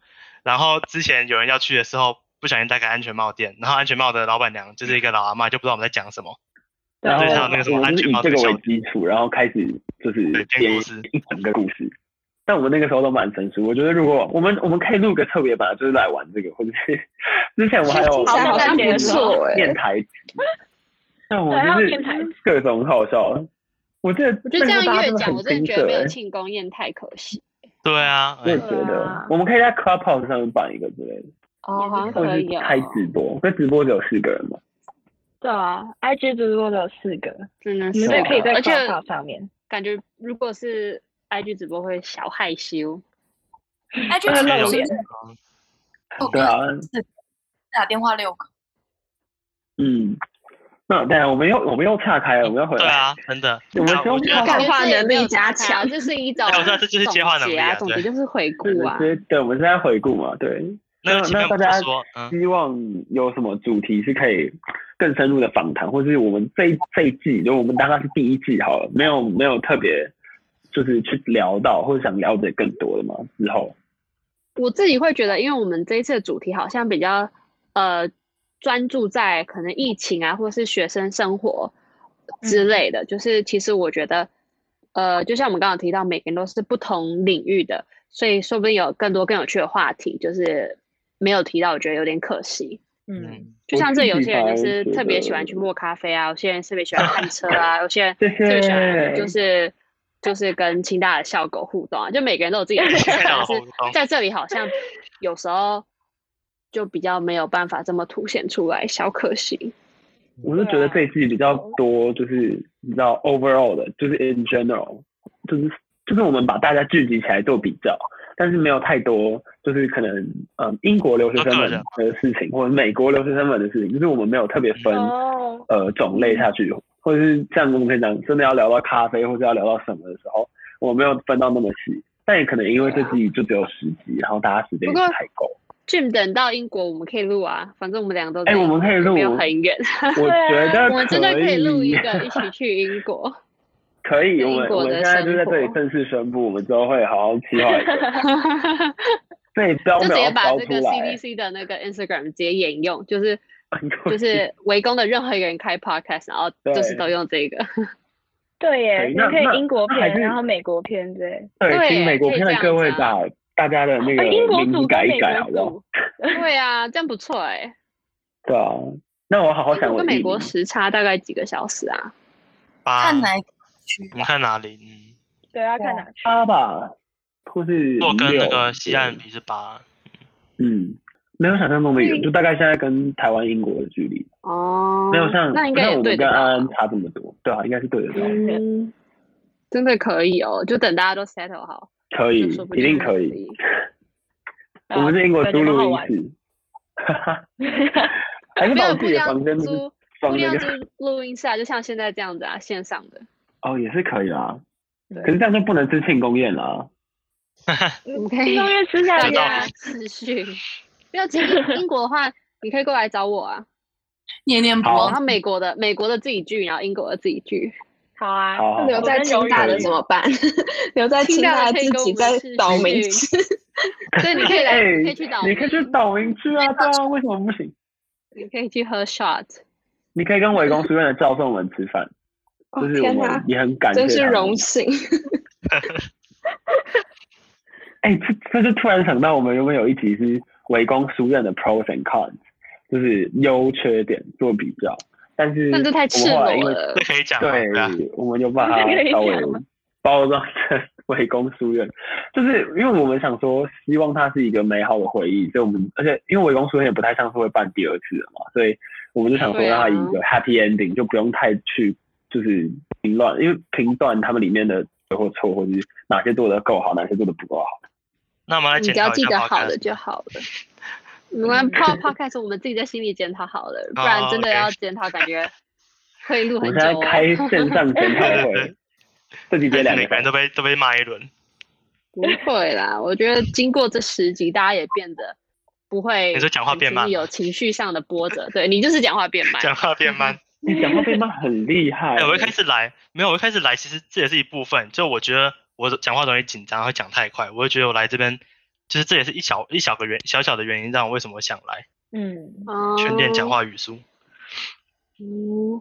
Speaker 6: 然后之前有人要去的时候不小心打开安全帽店，然后安全帽的老板娘就是一个老阿嬷，就不知道我们在讲什么。
Speaker 7: 对
Speaker 3: 然后
Speaker 6: 对还有那个什么
Speaker 3: 我们
Speaker 6: 安
Speaker 3: 是
Speaker 6: 全
Speaker 3: 以
Speaker 6: 帽
Speaker 3: 这个
Speaker 6: 的
Speaker 3: 为
Speaker 6: 小
Speaker 3: 基础，然后开始就是
Speaker 6: 对编
Speaker 3: 编
Speaker 6: 故事
Speaker 3: 一整个故事。但我们那个时候都蛮成熟，我觉得如果我们我们可以录个特别版，就是来玩这个，或者是之前我还有
Speaker 5: 听起来好像不错哎、
Speaker 3: 念台词，但我
Speaker 7: 对还有
Speaker 3: 就是
Speaker 7: 念台词
Speaker 3: 各种好笑。我记得
Speaker 2: 我
Speaker 3: 我
Speaker 2: 觉得这样越讲，我真的觉得没有庆功宴太可惜。
Speaker 6: 对啊，
Speaker 3: 我也
Speaker 6: 哎
Speaker 3: 觉
Speaker 7: 对
Speaker 3: 得
Speaker 7: 啊，
Speaker 3: 我们可以在 Clubhouse 上面办一个之类的，
Speaker 2: 哦，好像
Speaker 3: 或
Speaker 2: 可
Speaker 3: 者是
Speaker 2: 以哦。
Speaker 3: 开直播，那直播只有四个人嘛，
Speaker 7: 对啊，IG 直播的有四个，
Speaker 2: 真的
Speaker 7: 你
Speaker 2: 是
Speaker 7: 们
Speaker 3: 对
Speaker 7: 就可以在
Speaker 2: 而且
Speaker 7: Clubhouse 上面，
Speaker 2: 感觉如果是 IG 直播会小害羞，
Speaker 4: 哎，就
Speaker 7: 那
Speaker 4: 是
Speaker 7: 个
Speaker 6: 有
Speaker 7: 露脸，
Speaker 2: 哦
Speaker 4: 六
Speaker 3: 对
Speaker 4: 个
Speaker 3: 啊，
Speaker 4: 打电话六个，
Speaker 3: 嗯，那对啊，我们又我们又岔开了，我们要回来，
Speaker 6: 对啊，真的。
Speaker 3: 我们
Speaker 6: 啊
Speaker 3: 希望
Speaker 6: 我觉得
Speaker 5: 干话能力加
Speaker 2: 啊，
Speaker 5: 强，
Speaker 2: 就是一种
Speaker 6: 哎我知道这就是接话能力啊
Speaker 2: 总
Speaker 6: 对
Speaker 2: 结就是回顾啊。
Speaker 3: 对对，我们是在回顾嘛，对。
Speaker 6: 那个
Speaker 3: 那
Speaker 6: 前面
Speaker 3: 那
Speaker 6: 我
Speaker 3: 大家
Speaker 6: 们说，嗯，
Speaker 3: 希望有什么主题是可以更深入的访谈，或是我们这一这一季，就我们大概是第一季好了，没有没有特别就是去聊到或者想了解更多的嘛？之后
Speaker 2: 我自己会觉得，因为我们这一次的主题好像比较呃专注在可能疫情啊，或是学生生活之类的。就是其实我觉得，呃，就像我们刚刚提到，每个人都是不同领域的，所以说不定有更多更有趣的话题，就是没有提到，我觉得有点可惜。
Speaker 7: 嗯，
Speaker 6: 嗯
Speaker 2: 就像
Speaker 3: 自
Speaker 2: 这有
Speaker 3: 己
Speaker 2: 些人就
Speaker 3: 反而
Speaker 2: 是
Speaker 3: 觉
Speaker 2: 特别
Speaker 3: 得
Speaker 2: 喜欢去摸咖啡啊，有些人特别喜欢看车啊，有些 人
Speaker 3: 谢
Speaker 2: 特别喜欢
Speaker 3: 谢，
Speaker 2: 啊就是就是跟清大的校狗互动啊，就每个人都有自 己的兴趣，但
Speaker 6: 校狗
Speaker 2: 是
Speaker 6: 互
Speaker 3: 哦
Speaker 6: 动
Speaker 2: 在这里好像有时候就比较没有办法这么凸显出来，小可惜。
Speaker 3: 我是觉得这
Speaker 2: 啊
Speaker 3: 一季比较多，就是你知道 overall 的，就是 in general，就是就是我们把大家聚集起来做比较，但是没有太多就是可能嗯英国留学生
Speaker 2: 啊
Speaker 3: 们的事情，或者美国留学生们的事情，就是我们没有特别分
Speaker 7: 哦，
Speaker 3: 呃种类下去，或者是像我们可以讲真的要聊到咖啡，或者要聊到什么的时候，我没有分到那么细，但也可能因为这季就只有十集，然后大家时间也
Speaker 2: 啊不过
Speaker 3: 不太够。
Speaker 2: Jim 等到英国我们可以录啊，反正我们两个都
Speaker 3: 哎、
Speaker 2: 在
Speaker 3: 我们可以录，
Speaker 2: 没有很 远，
Speaker 3: 我觉得
Speaker 2: 啊我们真的可
Speaker 3: 可
Speaker 2: 以录一
Speaker 3: 以
Speaker 2: 个一起去英国。
Speaker 3: 可以，我
Speaker 2: 英
Speaker 3: 们
Speaker 2: 国
Speaker 3: 我们
Speaker 2: 的
Speaker 3: 现在就
Speaker 2: 生
Speaker 3: 在这里
Speaker 2: 活
Speaker 3: 正式宣布，我们之后会好好计划一 个这标
Speaker 2: 就直
Speaker 3: 没有
Speaker 2: 接把
Speaker 3: 标
Speaker 2: 这个
Speaker 3: 出来。
Speaker 2: CDC 的那个 Instagram 直接沿用， 就是就
Speaker 3: 对
Speaker 2: 是围攻的任何一个人开 podcast，然后就是
Speaker 3: 对
Speaker 2: 都用这个。
Speaker 7: 对耶，
Speaker 3: 对
Speaker 1: 哎
Speaker 7: 你
Speaker 3: 那
Speaker 7: 可
Speaker 3: 那
Speaker 7: 以英国
Speaker 3: 那还
Speaker 7: 片，
Speaker 3: 是
Speaker 7: 然后美国片对，
Speaker 2: 对
Speaker 3: 请美国
Speaker 2: 可以
Speaker 3: 片的
Speaker 2: 这样
Speaker 3: 各位
Speaker 2: 子
Speaker 3: 把
Speaker 2: 啊哦
Speaker 3: 大家的那个
Speaker 1: 哎
Speaker 7: 啊英国
Speaker 3: 名字
Speaker 7: 组
Speaker 3: 改
Speaker 7: 跟
Speaker 3: 一
Speaker 7: 美
Speaker 3: 改，
Speaker 7: 国
Speaker 3: 好不好
Speaker 7: 组？，
Speaker 2: 对啊，这样不错哎、
Speaker 3: 对啊，那我好好
Speaker 2: 英
Speaker 3: 想我
Speaker 2: 国跟
Speaker 3: 的
Speaker 2: 美
Speaker 3: 艺
Speaker 2: 国
Speaker 3: 名
Speaker 2: 时差大概几个小时啊？
Speaker 6: 八，
Speaker 4: 看哪一个区
Speaker 6: 我？们看哪里？嗯，
Speaker 7: 对，
Speaker 1: 啊
Speaker 7: 要
Speaker 1: 哦
Speaker 7: 看哪去？
Speaker 3: 八吧，或是
Speaker 6: 如果跟那
Speaker 3: 六
Speaker 6: 个西岸比是八，
Speaker 3: 嗯，没有想象中的远，
Speaker 7: 嗯
Speaker 3: 就大概现在跟台湾、英国的距离，
Speaker 2: 哦，
Speaker 3: 没有像
Speaker 2: 那应该
Speaker 3: 像
Speaker 2: 也
Speaker 3: 我
Speaker 2: 对
Speaker 3: 们
Speaker 2: 得
Speaker 3: 跟
Speaker 2: 到
Speaker 3: 安
Speaker 2: 啊
Speaker 3: 安。差这么多，对啊，应该是对得到，
Speaker 2: 嗯，真的可以哦，就等大家都 settle 好，
Speaker 3: 可以
Speaker 2: 就说，不
Speaker 3: 嗯一
Speaker 2: 定
Speaker 3: 定可 以。。 我们是英国
Speaker 7: 感
Speaker 3: 租
Speaker 7: 觉很
Speaker 3: 录
Speaker 7: 好
Speaker 3: 音
Speaker 7: 玩
Speaker 3: 室，哈哈，还是
Speaker 2: 没
Speaker 3: 把我
Speaker 2: 有
Speaker 3: 自
Speaker 2: 不
Speaker 3: 己的
Speaker 2: 一定 要
Speaker 3: 房间
Speaker 2: 租，不
Speaker 3: 装
Speaker 2: 一定
Speaker 3: 那
Speaker 2: 要
Speaker 3: 个
Speaker 2: 租录音室啊，就像现在这样子啊，线上的。
Speaker 3: 哦，也是可以啦。
Speaker 2: 对
Speaker 3: 可是这样就不能吃庆功宴啦。
Speaker 2: 我们
Speaker 7: 嗯
Speaker 2: 可以
Speaker 7: 听音乐吃下
Speaker 2: 大
Speaker 6: 知道
Speaker 7: 来
Speaker 2: 家持续。不要，其实英国的话，你可以过来找我啊。
Speaker 4: 念念 不
Speaker 3: 好
Speaker 2: 然
Speaker 4: 忘
Speaker 2: 后。美国的美国的自己剧，然后英国的自己剧。
Speaker 7: 好啊，
Speaker 3: 好好好
Speaker 5: 留在清大的怎么办？留在清大自己在倒 霉吃。
Speaker 2: 所以你可 以来，你可以去找我
Speaker 3: 哎你可以去岛营去啊，对啊，为什么不行？
Speaker 2: 你可以去喝 shot。
Speaker 3: 你可以跟围攻书院的教授们吃饭，
Speaker 5: 哦
Speaker 3: 就是我
Speaker 5: 天
Speaker 3: 们
Speaker 5: 哪，
Speaker 3: 也很感谢，
Speaker 5: 真是荣，幸！
Speaker 3: 哎、这这就突然想到，我们原本有一集是围攻书院的 pros and cons，就是优缺点做比较，但是
Speaker 2: 但这太赤
Speaker 3: 嗯我们后来因为
Speaker 2: 裸了。
Speaker 6: 这可以讲吗？
Speaker 3: 对
Speaker 6: 啊，，
Speaker 3: 我们就把它
Speaker 2: 可以
Speaker 3: 稍微
Speaker 2: 讲吗
Speaker 3: 包装成 围攻书院，就是因为我们想说，希望它是一个美好的回忆，所以我们而且因为围攻书院也不太像是会办第二次的嘛，所以我们就想说
Speaker 2: 对啊
Speaker 3: 让它以一个 happy ending，、就不用太去就是评论，因为评断他们里面的对或错，或是哪些做的够好，哪些做的不够好。
Speaker 6: 那我
Speaker 5: 嗯
Speaker 6: 们来
Speaker 2: 你
Speaker 6: 检
Speaker 2: 只要
Speaker 6: 讨一
Speaker 2: 记得
Speaker 6: 下
Speaker 2: 好的
Speaker 6: podcast。嗯
Speaker 2: 就好 了。我们 pod podcast 我们自己在心里检讨好了，不然真的
Speaker 6: OK
Speaker 2: 要检讨，感觉会录
Speaker 3: 我
Speaker 2: 很
Speaker 3: 们现在
Speaker 2: 久、
Speaker 3: 开
Speaker 2: 哦。
Speaker 3: 线上检讨
Speaker 6: 对对
Speaker 3: 会
Speaker 6: 对，
Speaker 3: 这几节两
Speaker 6: 每
Speaker 3: 个
Speaker 6: 个人都被都被骂一轮。
Speaker 2: 不会啦，我觉得经过这十集，大家也变得不会，
Speaker 6: 你说讲话变慢吗
Speaker 2: 有情绪上的波折。对你就是讲话变慢，
Speaker 6: 讲话变慢。
Speaker 3: 你讲话被骂很厉害
Speaker 6: 哎、。我一开始来没有，我一开始来其实这也是一部分，就我觉得我讲话容易紧张，会讲太快，我就觉得我来这边就是这也是一小一小个原小小的原因，让我为什么想来
Speaker 1: 嗯，
Speaker 2: 哦
Speaker 6: 全练讲。话语速
Speaker 2: 嗯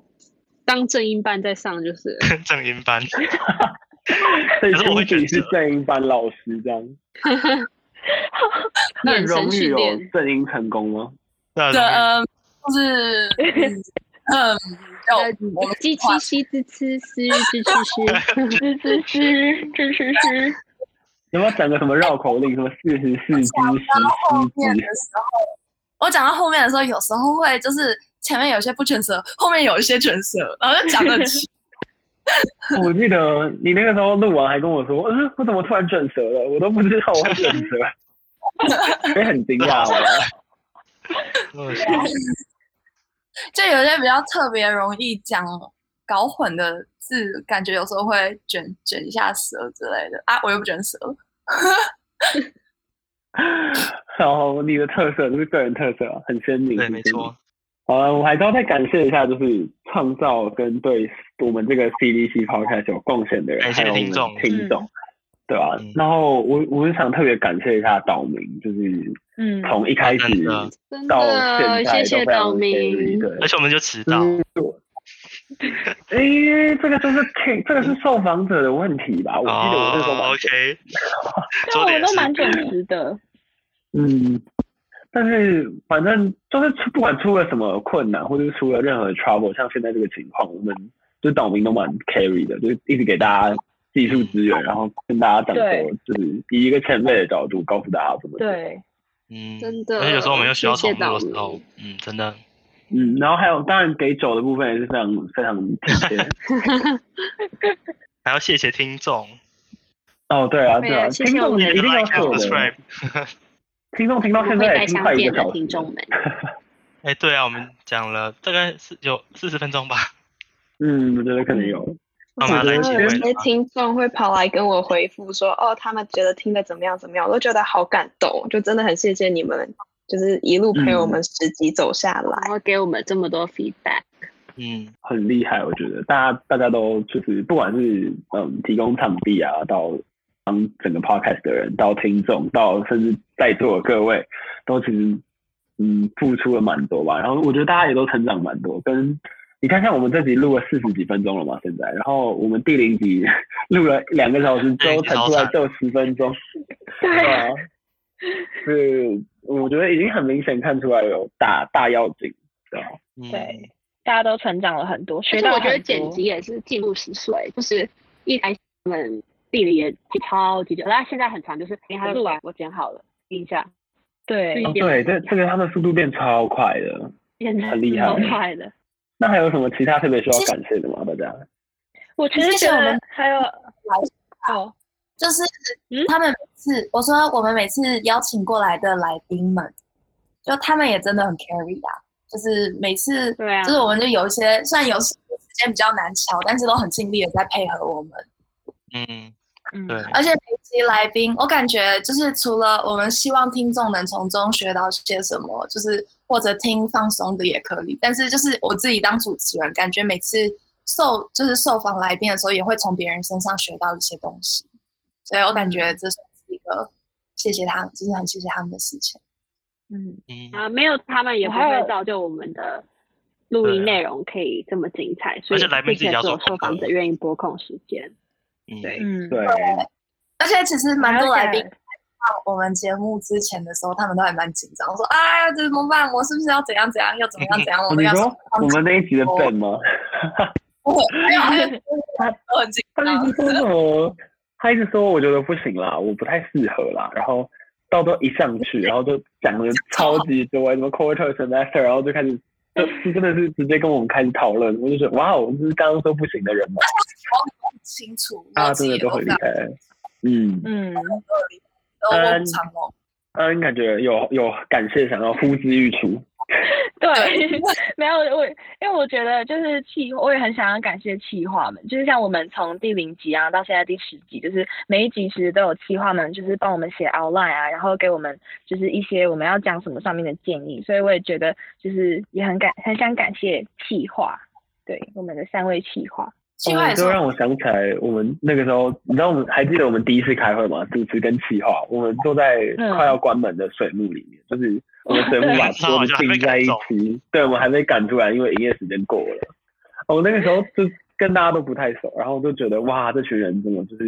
Speaker 2: 当正音班在上就是 了，
Speaker 6: 正音班。
Speaker 3: 所以
Speaker 6: 可是我会
Speaker 3: Timothy
Speaker 6: 选择
Speaker 3: 是正音班老师这样。那
Speaker 2: 眼
Speaker 3: 荣誉
Speaker 2: 神
Speaker 3: 哦
Speaker 2: 训
Speaker 3: 有
Speaker 2: 练。
Speaker 3: 正音成功吗？
Speaker 6: 那
Speaker 4: 对，嗯，就是，嗯，
Speaker 3: 哦
Speaker 2: 呃
Speaker 4: 嗯，我们
Speaker 2: 鸡七西之吃，思日之去思。
Speaker 1: 吱吱吱吱吱吱，
Speaker 3: 有没有讲个什么绕口令？什么四十四鸡
Speaker 4: 讲到后
Speaker 3: 十
Speaker 4: 面
Speaker 3: 七鸡？
Speaker 4: 的时候，我讲到后面的时候，有时候会就是前面有一些不全舌，后面有一些全舌，然后就讲的
Speaker 3: 我记得你那个时候录完还跟我说，嗯，我怎么突然卷舌了？我都不知道我会 卷舌， 所以很惊讶哦。
Speaker 6: 嗯
Speaker 4: 就有一些比较特别容易讲搞混的字，感觉有时候会卷卷一下舌之类的啊，我又不卷舌，
Speaker 3: 然后你的特色就是个人特色啊，很鲜明。
Speaker 6: 对，
Speaker 3: 很
Speaker 6: 没
Speaker 3: 鲜明
Speaker 6: 错。
Speaker 3: 好了，我还是要再感谢一下，就是创造跟对我们这个 CDC podcast 有贡献的人，
Speaker 6: 感谢
Speaker 3: 还有我们
Speaker 6: 听众
Speaker 3: 听众，对吧、
Speaker 6: 嗯
Speaker 3: 然后我我是想特别感谢一下岛民，就是
Speaker 1: 嗯
Speaker 3: 从一开
Speaker 6: 啊真
Speaker 3: 始
Speaker 6: 的
Speaker 2: 真
Speaker 3: 到
Speaker 2: 的，
Speaker 3: 现在都
Speaker 2: 谢谢
Speaker 3: 非
Speaker 2: 岛
Speaker 3: 常
Speaker 2: 民
Speaker 3: carry，对
Speaker 6: 而且我们就迟到，
Speaker 3: 嗯， 我诶、这个就是 King，这个是受访者的问题吧？我记得我那时候
Speaker 6: 哦
Speaker 3: 蛮
Speaker 6: ，OK，
Speaker 1: 对
Speaker 6: 说
Speaker 1: 啊，我
Speaker 6: 的也
Speaker 1: 都
Speaker 6: 是，
Speaker 1: 蛮准时的，
Speaker 3: 嗯，但是反正就是出不管出了什么困难，或者是出了任何 trouble，像现在这个情况，我们就是岛民都蛮 carry 的，就是一直给大家技术资源，然后跟大家讲说
Speaker 1: 对，
Speaker 3: 就是以一个前辈的角度告诉大家怎么做。
Speaker 1: 对，
Speaker 6: 嗯，
Speaker 2: 真的
Speaker 6: 而且有时候我们又需要
Speaker 2: 谢
Speaker 6: 重
Speaker 2: 谢
Speaker 6: 录的时
Speaker 2: 岛
Speaker 6: 候
Speaker 2: 民，
Speaker 6: 嗯，真的，
Speaker 3: 嗯，然后还有当然给酒的部分也是非常非常体贴。
Speaker 6: 还要谢谢听众，
Speaker 3: 哦，对啊，对
Speaker 2: 对
Speaker 3: 啊，
Speaker 2: 啊谢谢
Speaker 3: 听
Speaker 2: 我
Speaker 3: 众
Speaker 2: 们
Speaker 3: 一
Speaker 2: 的
Speaker 3: 定要
Speaker 6: like
Speaker 3: 做
Speaker 6: and
Speaker 3: 的
Speaker 6: subscribe。。
Speaker 3: 听众听
Speaker 2: 我
Speaker 3: 到现
Speaker 2: 们会
Speaker 3: 在
Speaker 2: 带
Speaker 3: 已经
Speaker 2: 相
Speaker 3: 快一
Speaker 2: 见
Speaker 3: 个
Speaker 2: 的
Speaker 3: 小
Speaker 2: 听
Speaker 3: 时
Speaker 2: 众
Speaker 3: 了。
Speaker 2: 们。
Speaker 6: 哎、对啊，我们讲了大概是有四十分钟吧，
Speaker 3: 嗯，我觉得可能有。
Speaker 6: 那我们要来
Speaker 3: 我
Speaker 6: 结
Speaker 3: 觉
Speaker 5: 有
Speaker 3: 得
Speaker 6: 尾
Speaker 5: 些
Speaker 6: 了吗。
Speaker 5: 听众会跑来跟我回复说，哦，他们觉得听的怎么样怎么样，我都觉得好感动，就真的很谢谢你们，就是一路陪我们十集走下来。
Speaker 2: 然后给我们这么多 feedback，
Speaker 6: 嗯，
Speaker 3: 很厉害，我觉得大家大家都就是不管是嗯提供场地啊，到帮整个 podcast 的人，到听众，到甚至在座的各位，都其实嗯付出了蛮多吧。然后我觉得大家也都成长蛮多。跟你看，像我们这集录了四十几分钟了嘛，现在，然后我们第零集录了两个小时之后才出来只有十分钟，对啊，是我觉得已经很明显看出来有大大要紧，对吧？
Speaker 6: 嗯
Speaker 1: 对，大家都成长了很多，
Speaker 2: 而
Speaker 1: 学
Speaker 2: 且
Speaker 1: 到
Speaker 2: 我觉得
Speaker 1: 很多
Speaker 2: 剪辑也是进入十岁，就是一开始我们地理也超级久，但现在很长，就是你还录完我剪好了，听一下，
Speaker 1: 对
Speaker 2: 就
Speaker 3: 哦
Speaker 2: 一，点
Speaker 3: 对，这这个他们速度变超快的。
Speaker 2: 剪的
Speaker 3: 很厉害
Speaker 2: 超快的。
Speaker 3: 那还有什么其他特别需要感谢的吗？大家？
Speaker 1: 我其实
Speaker 4: 谢谢
Speaker 1: 觉
Speaker 4: 我
Speaker 1: 得
Speaker 4: 们
Speaker 1: 还有好，
Speaker 4: 啊就是
Speaker 1: 嗯
Speaker 4: 他们每次我说我们每次邀请过来的来宾们，就他们也真的很 carry 啊，就是每次
Speaker 2: 对啊
Speaker 4: 就是我们就有一些虽然有时间比较难瞧，但是都很尽力的在配合我们。
Speaker 6: 嗯，
Speaker 1: 嗯，
Speaker 6: 对，
Speaker 4: 而且每一集来宾，我感觉就是除了我们希望听众能从中学到些什么，就是或者听放松的也可以。但是就是我自己当主持人，感觉每次受就是受访来宾的时候，也会从别人身上学到一些东西。所以我感
Speaker 3: 嗯
Speaker 4: 觉这是一个谢谢他，就是很谢谢他们的事情。
Speaker 1: 嗯，
Speaker 6: 嗯，
Speaker 2: 啊，没有他们也
Speaker 1: 我
Speaker 2: 不
Speaker 1: 还有
Speaker 2: 会造就我们的录音
Speaker 6: 对啊
Speaker 2: 内容可以这么精彩，所以
Speaker 6: 而且来宾自己
Speaker 2: 谢谢
Speaker 6: 要做
Speaker 2: 所有受
Speaker 6: 功课
Speaker 2: 访者愿意拨空时间。
Speaker 6: 嗯，
Speaker 5: 对
Speaker 1: 嗯，
Speaker 3: 对，
Speaker 4: 而且其实蛮多来宾
Speaker 7: 而且
Speaker 4: 到我们节目之前的时候，他们都还蛮紧张，说啊怎么办？我是不是要怎样怎样？要怎么 样怎样？我们
Speaker 3: 你
Speaker 4: 要怎
Speaker 3: 说
Speaker 4: 么样哎
Speaker 3: 我们那一集的
Speaker 4: 哦
Speaker 3: Ben 吗？
Speaker 4: 不会，还有还 有，都很紧
Speaker 3: 他
Speaker 4: 张
Speaker 3: 一。直说什么？他一直说我觉得不行啦，我不太适合啦。然后到时候一上去，然后就讲的超级多，什么 quarter semester，然后就开始就就真的是直接跟我们开始讨论。我就觉得哇，我就是刚刚说不行的人嘛，
Speaker 4: 清楚，
Speaker 3: 大
Speaker 4: 我
Speaker 6: 啊
Speaker 3: 家
Speaker 4: 自
Speaker 3: 真的
Speaker 4: 己也
Speaker 3: 都很厉
Speaker 4: 在
Speaker 3: 害。嗯，
Speaker 1: 嗯，
Speaker 4: 都卧不长哦龙。
Speaker 3: 嗯，感觉有有感谢，想要呼之欲出。
Speaker 1: 对， 没有我，因为我觉得就是企，我也很想要感谢企划们，就是像我们从第零集啊到现在第十集，就是每一集其实都有企划们，就是帮我们写 outline 啊，然后给我们就是一些我们要讲什么上面的建议，所以我也觉得就是也很感很想感谢企划，对我们的三位企划，
Speaker 4: 计划
Speaker 6: 嗯
Speaker 3: 哦
Speaker 4: 也是
Speaker 3: 就，让我想起来，我们那个时候，你知道我们还记得我们第一次开会吗？主持跟企划，我们坐在
Speaker 1: 嗯
Speaker 3: 快要关门的水幕里面，就是我们 水幕把桌子并在一起，对，我们还没赶出来，因为营业时间过了。我、那个时候就跟大家都不太熟，然后就觉得哇，这群人怎么就是，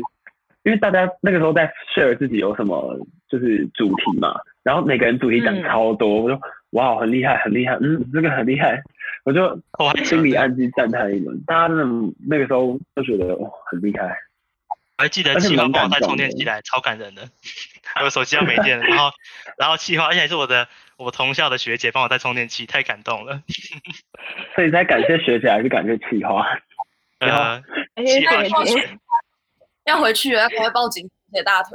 Speaker 3: 因为大家那个时候在 share 自己有什么就是主题嘛，然后每个人主题讲
Speaker 1: 嗯
Speaker 3: 超多，我就哇，很厉害，很厉害，嗯，这个很厉害，我就
Speaker 6: 我还
Speaker 3: 心里啊暗自赞叹一轮。大家那种那个时候就觉得哇、很厉害，
Speaker 6: 我还记得
Speaker 3: 而且
Speaker 6: 气划
Speaker 3: 蛮
Speaker 6: 帮我
Speaker 3: 感
Speaker 6: 带充
Speaker 3: 动
Speaker 6: 电
Speaker 3: 的
Speaker 6: 器来，超感人的。我手机要没电了，然 后然后气划，而且还是我的我同校的学姐帮我带充电器，太感 动了。
Speaker 3: 所以在感谢学姐还是感谢企划？
Speaker 6: 呃，
Speaker 5: 而且
Speaker 6: 计划
Speaker 3: 哎
Speaker 5: 感觉
Speaker 4: 要回去了，赶快报警写大腿。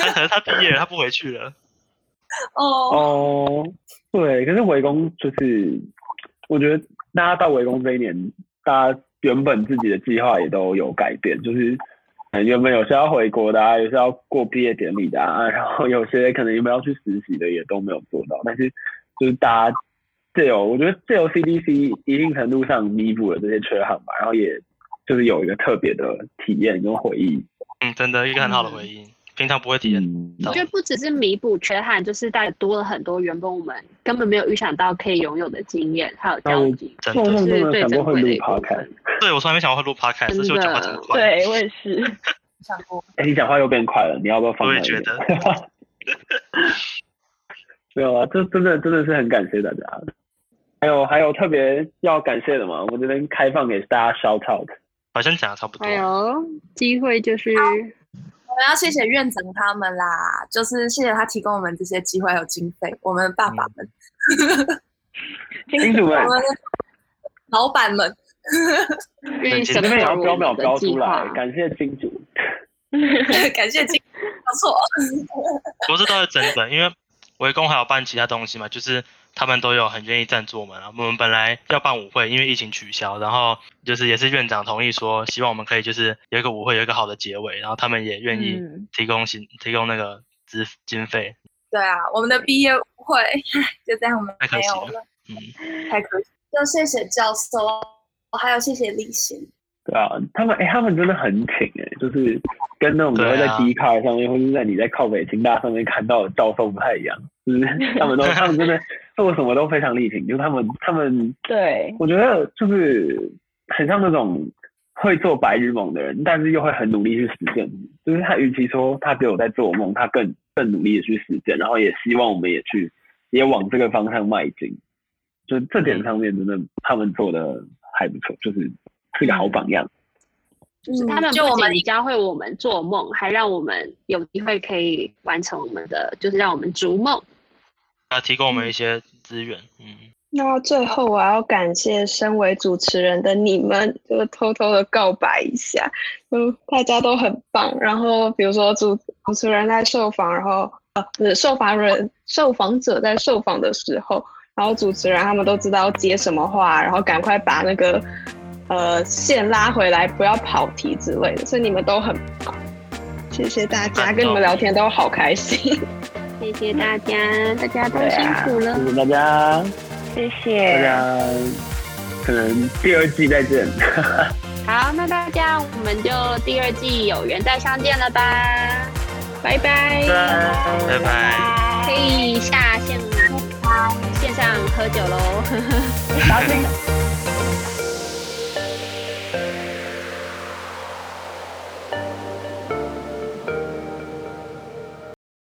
Speaker 6: 她可能她毕业了，她不回去了。
Speaker 4: 哦，
Speaker 3: 哦，对，可是围攻就是，我觉得大家到围攻这一年，大家原本自己的计划也都有改变，就是。呃原本有些要回国的、啊，有些要过毕业典礼的、啊， 然后有些可能原本要去实习的也都没有做到，但是就是大家借由我觉得借由 CDC 一定程度上弥补了这些缺憾吧，然后也就是有一个特别的体验跟回忆。
Speaker 6: 嗯，真的一个很好的回应，平常不会体验。
Speaker 3: 嗯，
Speaker 2: 我觉得不只是弥补缺憾，就是大家多了很多原本我们根本没有预想到可以拥有的经验，还有交集，
Speaker 6: 真
Speaker 3: 我
Speaker 6: 的，
Speaker 3: 梦中没
Speaker 2: 是
Speaker 3: 有
Speaker 2: 最
Speaker 3: 想过
Speaker 2: 珍
Speaker 3: 会
Speaker 2: 贵
Speaker 3: 录
Speaker 2: 的一部
Speaker 3: podcast，
Speaker 2: 分。
Speaker 6: 对我从来没想过会录 podcast，而且我讲话这么快。
Speaker 1: 对我也是，
Speaker 4: 想过
Speaker 3: 哎、你讲话又变快了，你要不要放
Speaker 6: 我
Speaker 3: 慢
Speaker 6: 也
Speaker 3: 一
Speaker 6: 觉
Speaker 3: 点？
Speaker 6: 得，
Speaker 3: 没有啊，这真的真的是很感谢大家。还有还有特别要感谢的嘛，我们这边开放给大家 shout out。
Speaker 6: 好像讲的差不多
Speaker 3: 哎
Speaker 2: 还。有哎机会就是
Speaker 4: 我们要谢谢院长他们啦，就是谢谢他提供我们这些机会还有经费，我们爸
Speaker 6: 嗯
Speaker 4: 爸们，
Speaker 3: 金主们
Speaker 4: 我，们老板们，
Speaker 2: 愿意
Speaker 6: 这
Speaker 3: 你这边也要
Speaker 2: support
Speaker 3: 标
Speaker 2: 我
Speaker 3: 秒
Speaker 2: 们的
Speaker 3: 标
Speaker 2: 计
Speaker 3: 出
Speaker 2: 划
Speaker 3: 来，。感谢金主。
Speaker 4: 感谢金，不错，
Speaker 6: 不是都是真的，因为围攻还有办其他东西嘛，就是他们都有很愿意赞助我们啊。我们本来要办舞会，因为疫情取消，然后就是也是院长同意说，希望我们可以就是有一个舞会，有一个好的结尾，然后他们也愿意
Speaker 1: 嗯，
Speaker 6: 提供行、提供那个资经费。
Speaker 4: 对啊，我们的毕业舞会 唉就这样，我们
Speaker 6: 太可
Speaker 4: 没
Speaker 6: 惜
Speaker 4: 有
Speaker 6: 了
Speaker 4: 了，
Speaker 6: 嗯，
Speaker 4: 太可惜。就谢谢教授，还有谢谢立贤，
Speaker 3: 对啊，他们哎、他们真的很挺哎、就是跟那种你
Speaker 6: 对啊
Speaker 3: 会在 D 卡上面，或者是在你在靠北京大上面看到的教授不太一样，就是他们都他们真的做什么都非常力挺，就是他们他们
Speaker 1: 对，
Speaker 3: 我觉得就是很像那种会做白日梦的人，但是又会很努力去实践。就是他，与其说他只有在做梦，他更更努力的去实践，然后也希望我们也去也往这个方向迈进。就这
Speaker 1: 嗯
Speaker 3: 点上面，真的他们做的还不错，就是是个好
Speaker 1: 嗯
Speaker 3: 榜样。
Speaker 2: 就是嗯他们
Speaker 4: 就我
Speaker 2: 不
Speaker 4: 们
Speaker 2: 仅教会我们做梦，还让我们有机会可以完成我们的，就是让我们逐梦。
Speaker 6: 那提供我们一些资源，嗯，
Speaker 5: 那最后我要感谢身为主持人的你们，就是偷偷的告白一下，嗯，大家都很棒。然后比如说主主持人在受访，然后呃不是受访人受访者在受访的时候，然后主持人他们都知道接什么话，然后赶快把那个呃线拉回来，不要跑题之类的。所以你们都很棒，谢谢大家，跟你们聊天都好开心。
Speaker 2: 谢谢大家，大家都辛苦了。
Speaker 3: 谢谢大家，
Speaker 1: 谢
Speaker 3: 大
Speaker 1: 谢，
Speaker 3: 家可能第二季再见，
Speaker 2: 好，那大家我们就第二季有缘再相见了吧，拜拜。
Speaker 6: 拜拜。
Speaker 2: 可以下线线上喝酒喽。
Speaker 3: 打听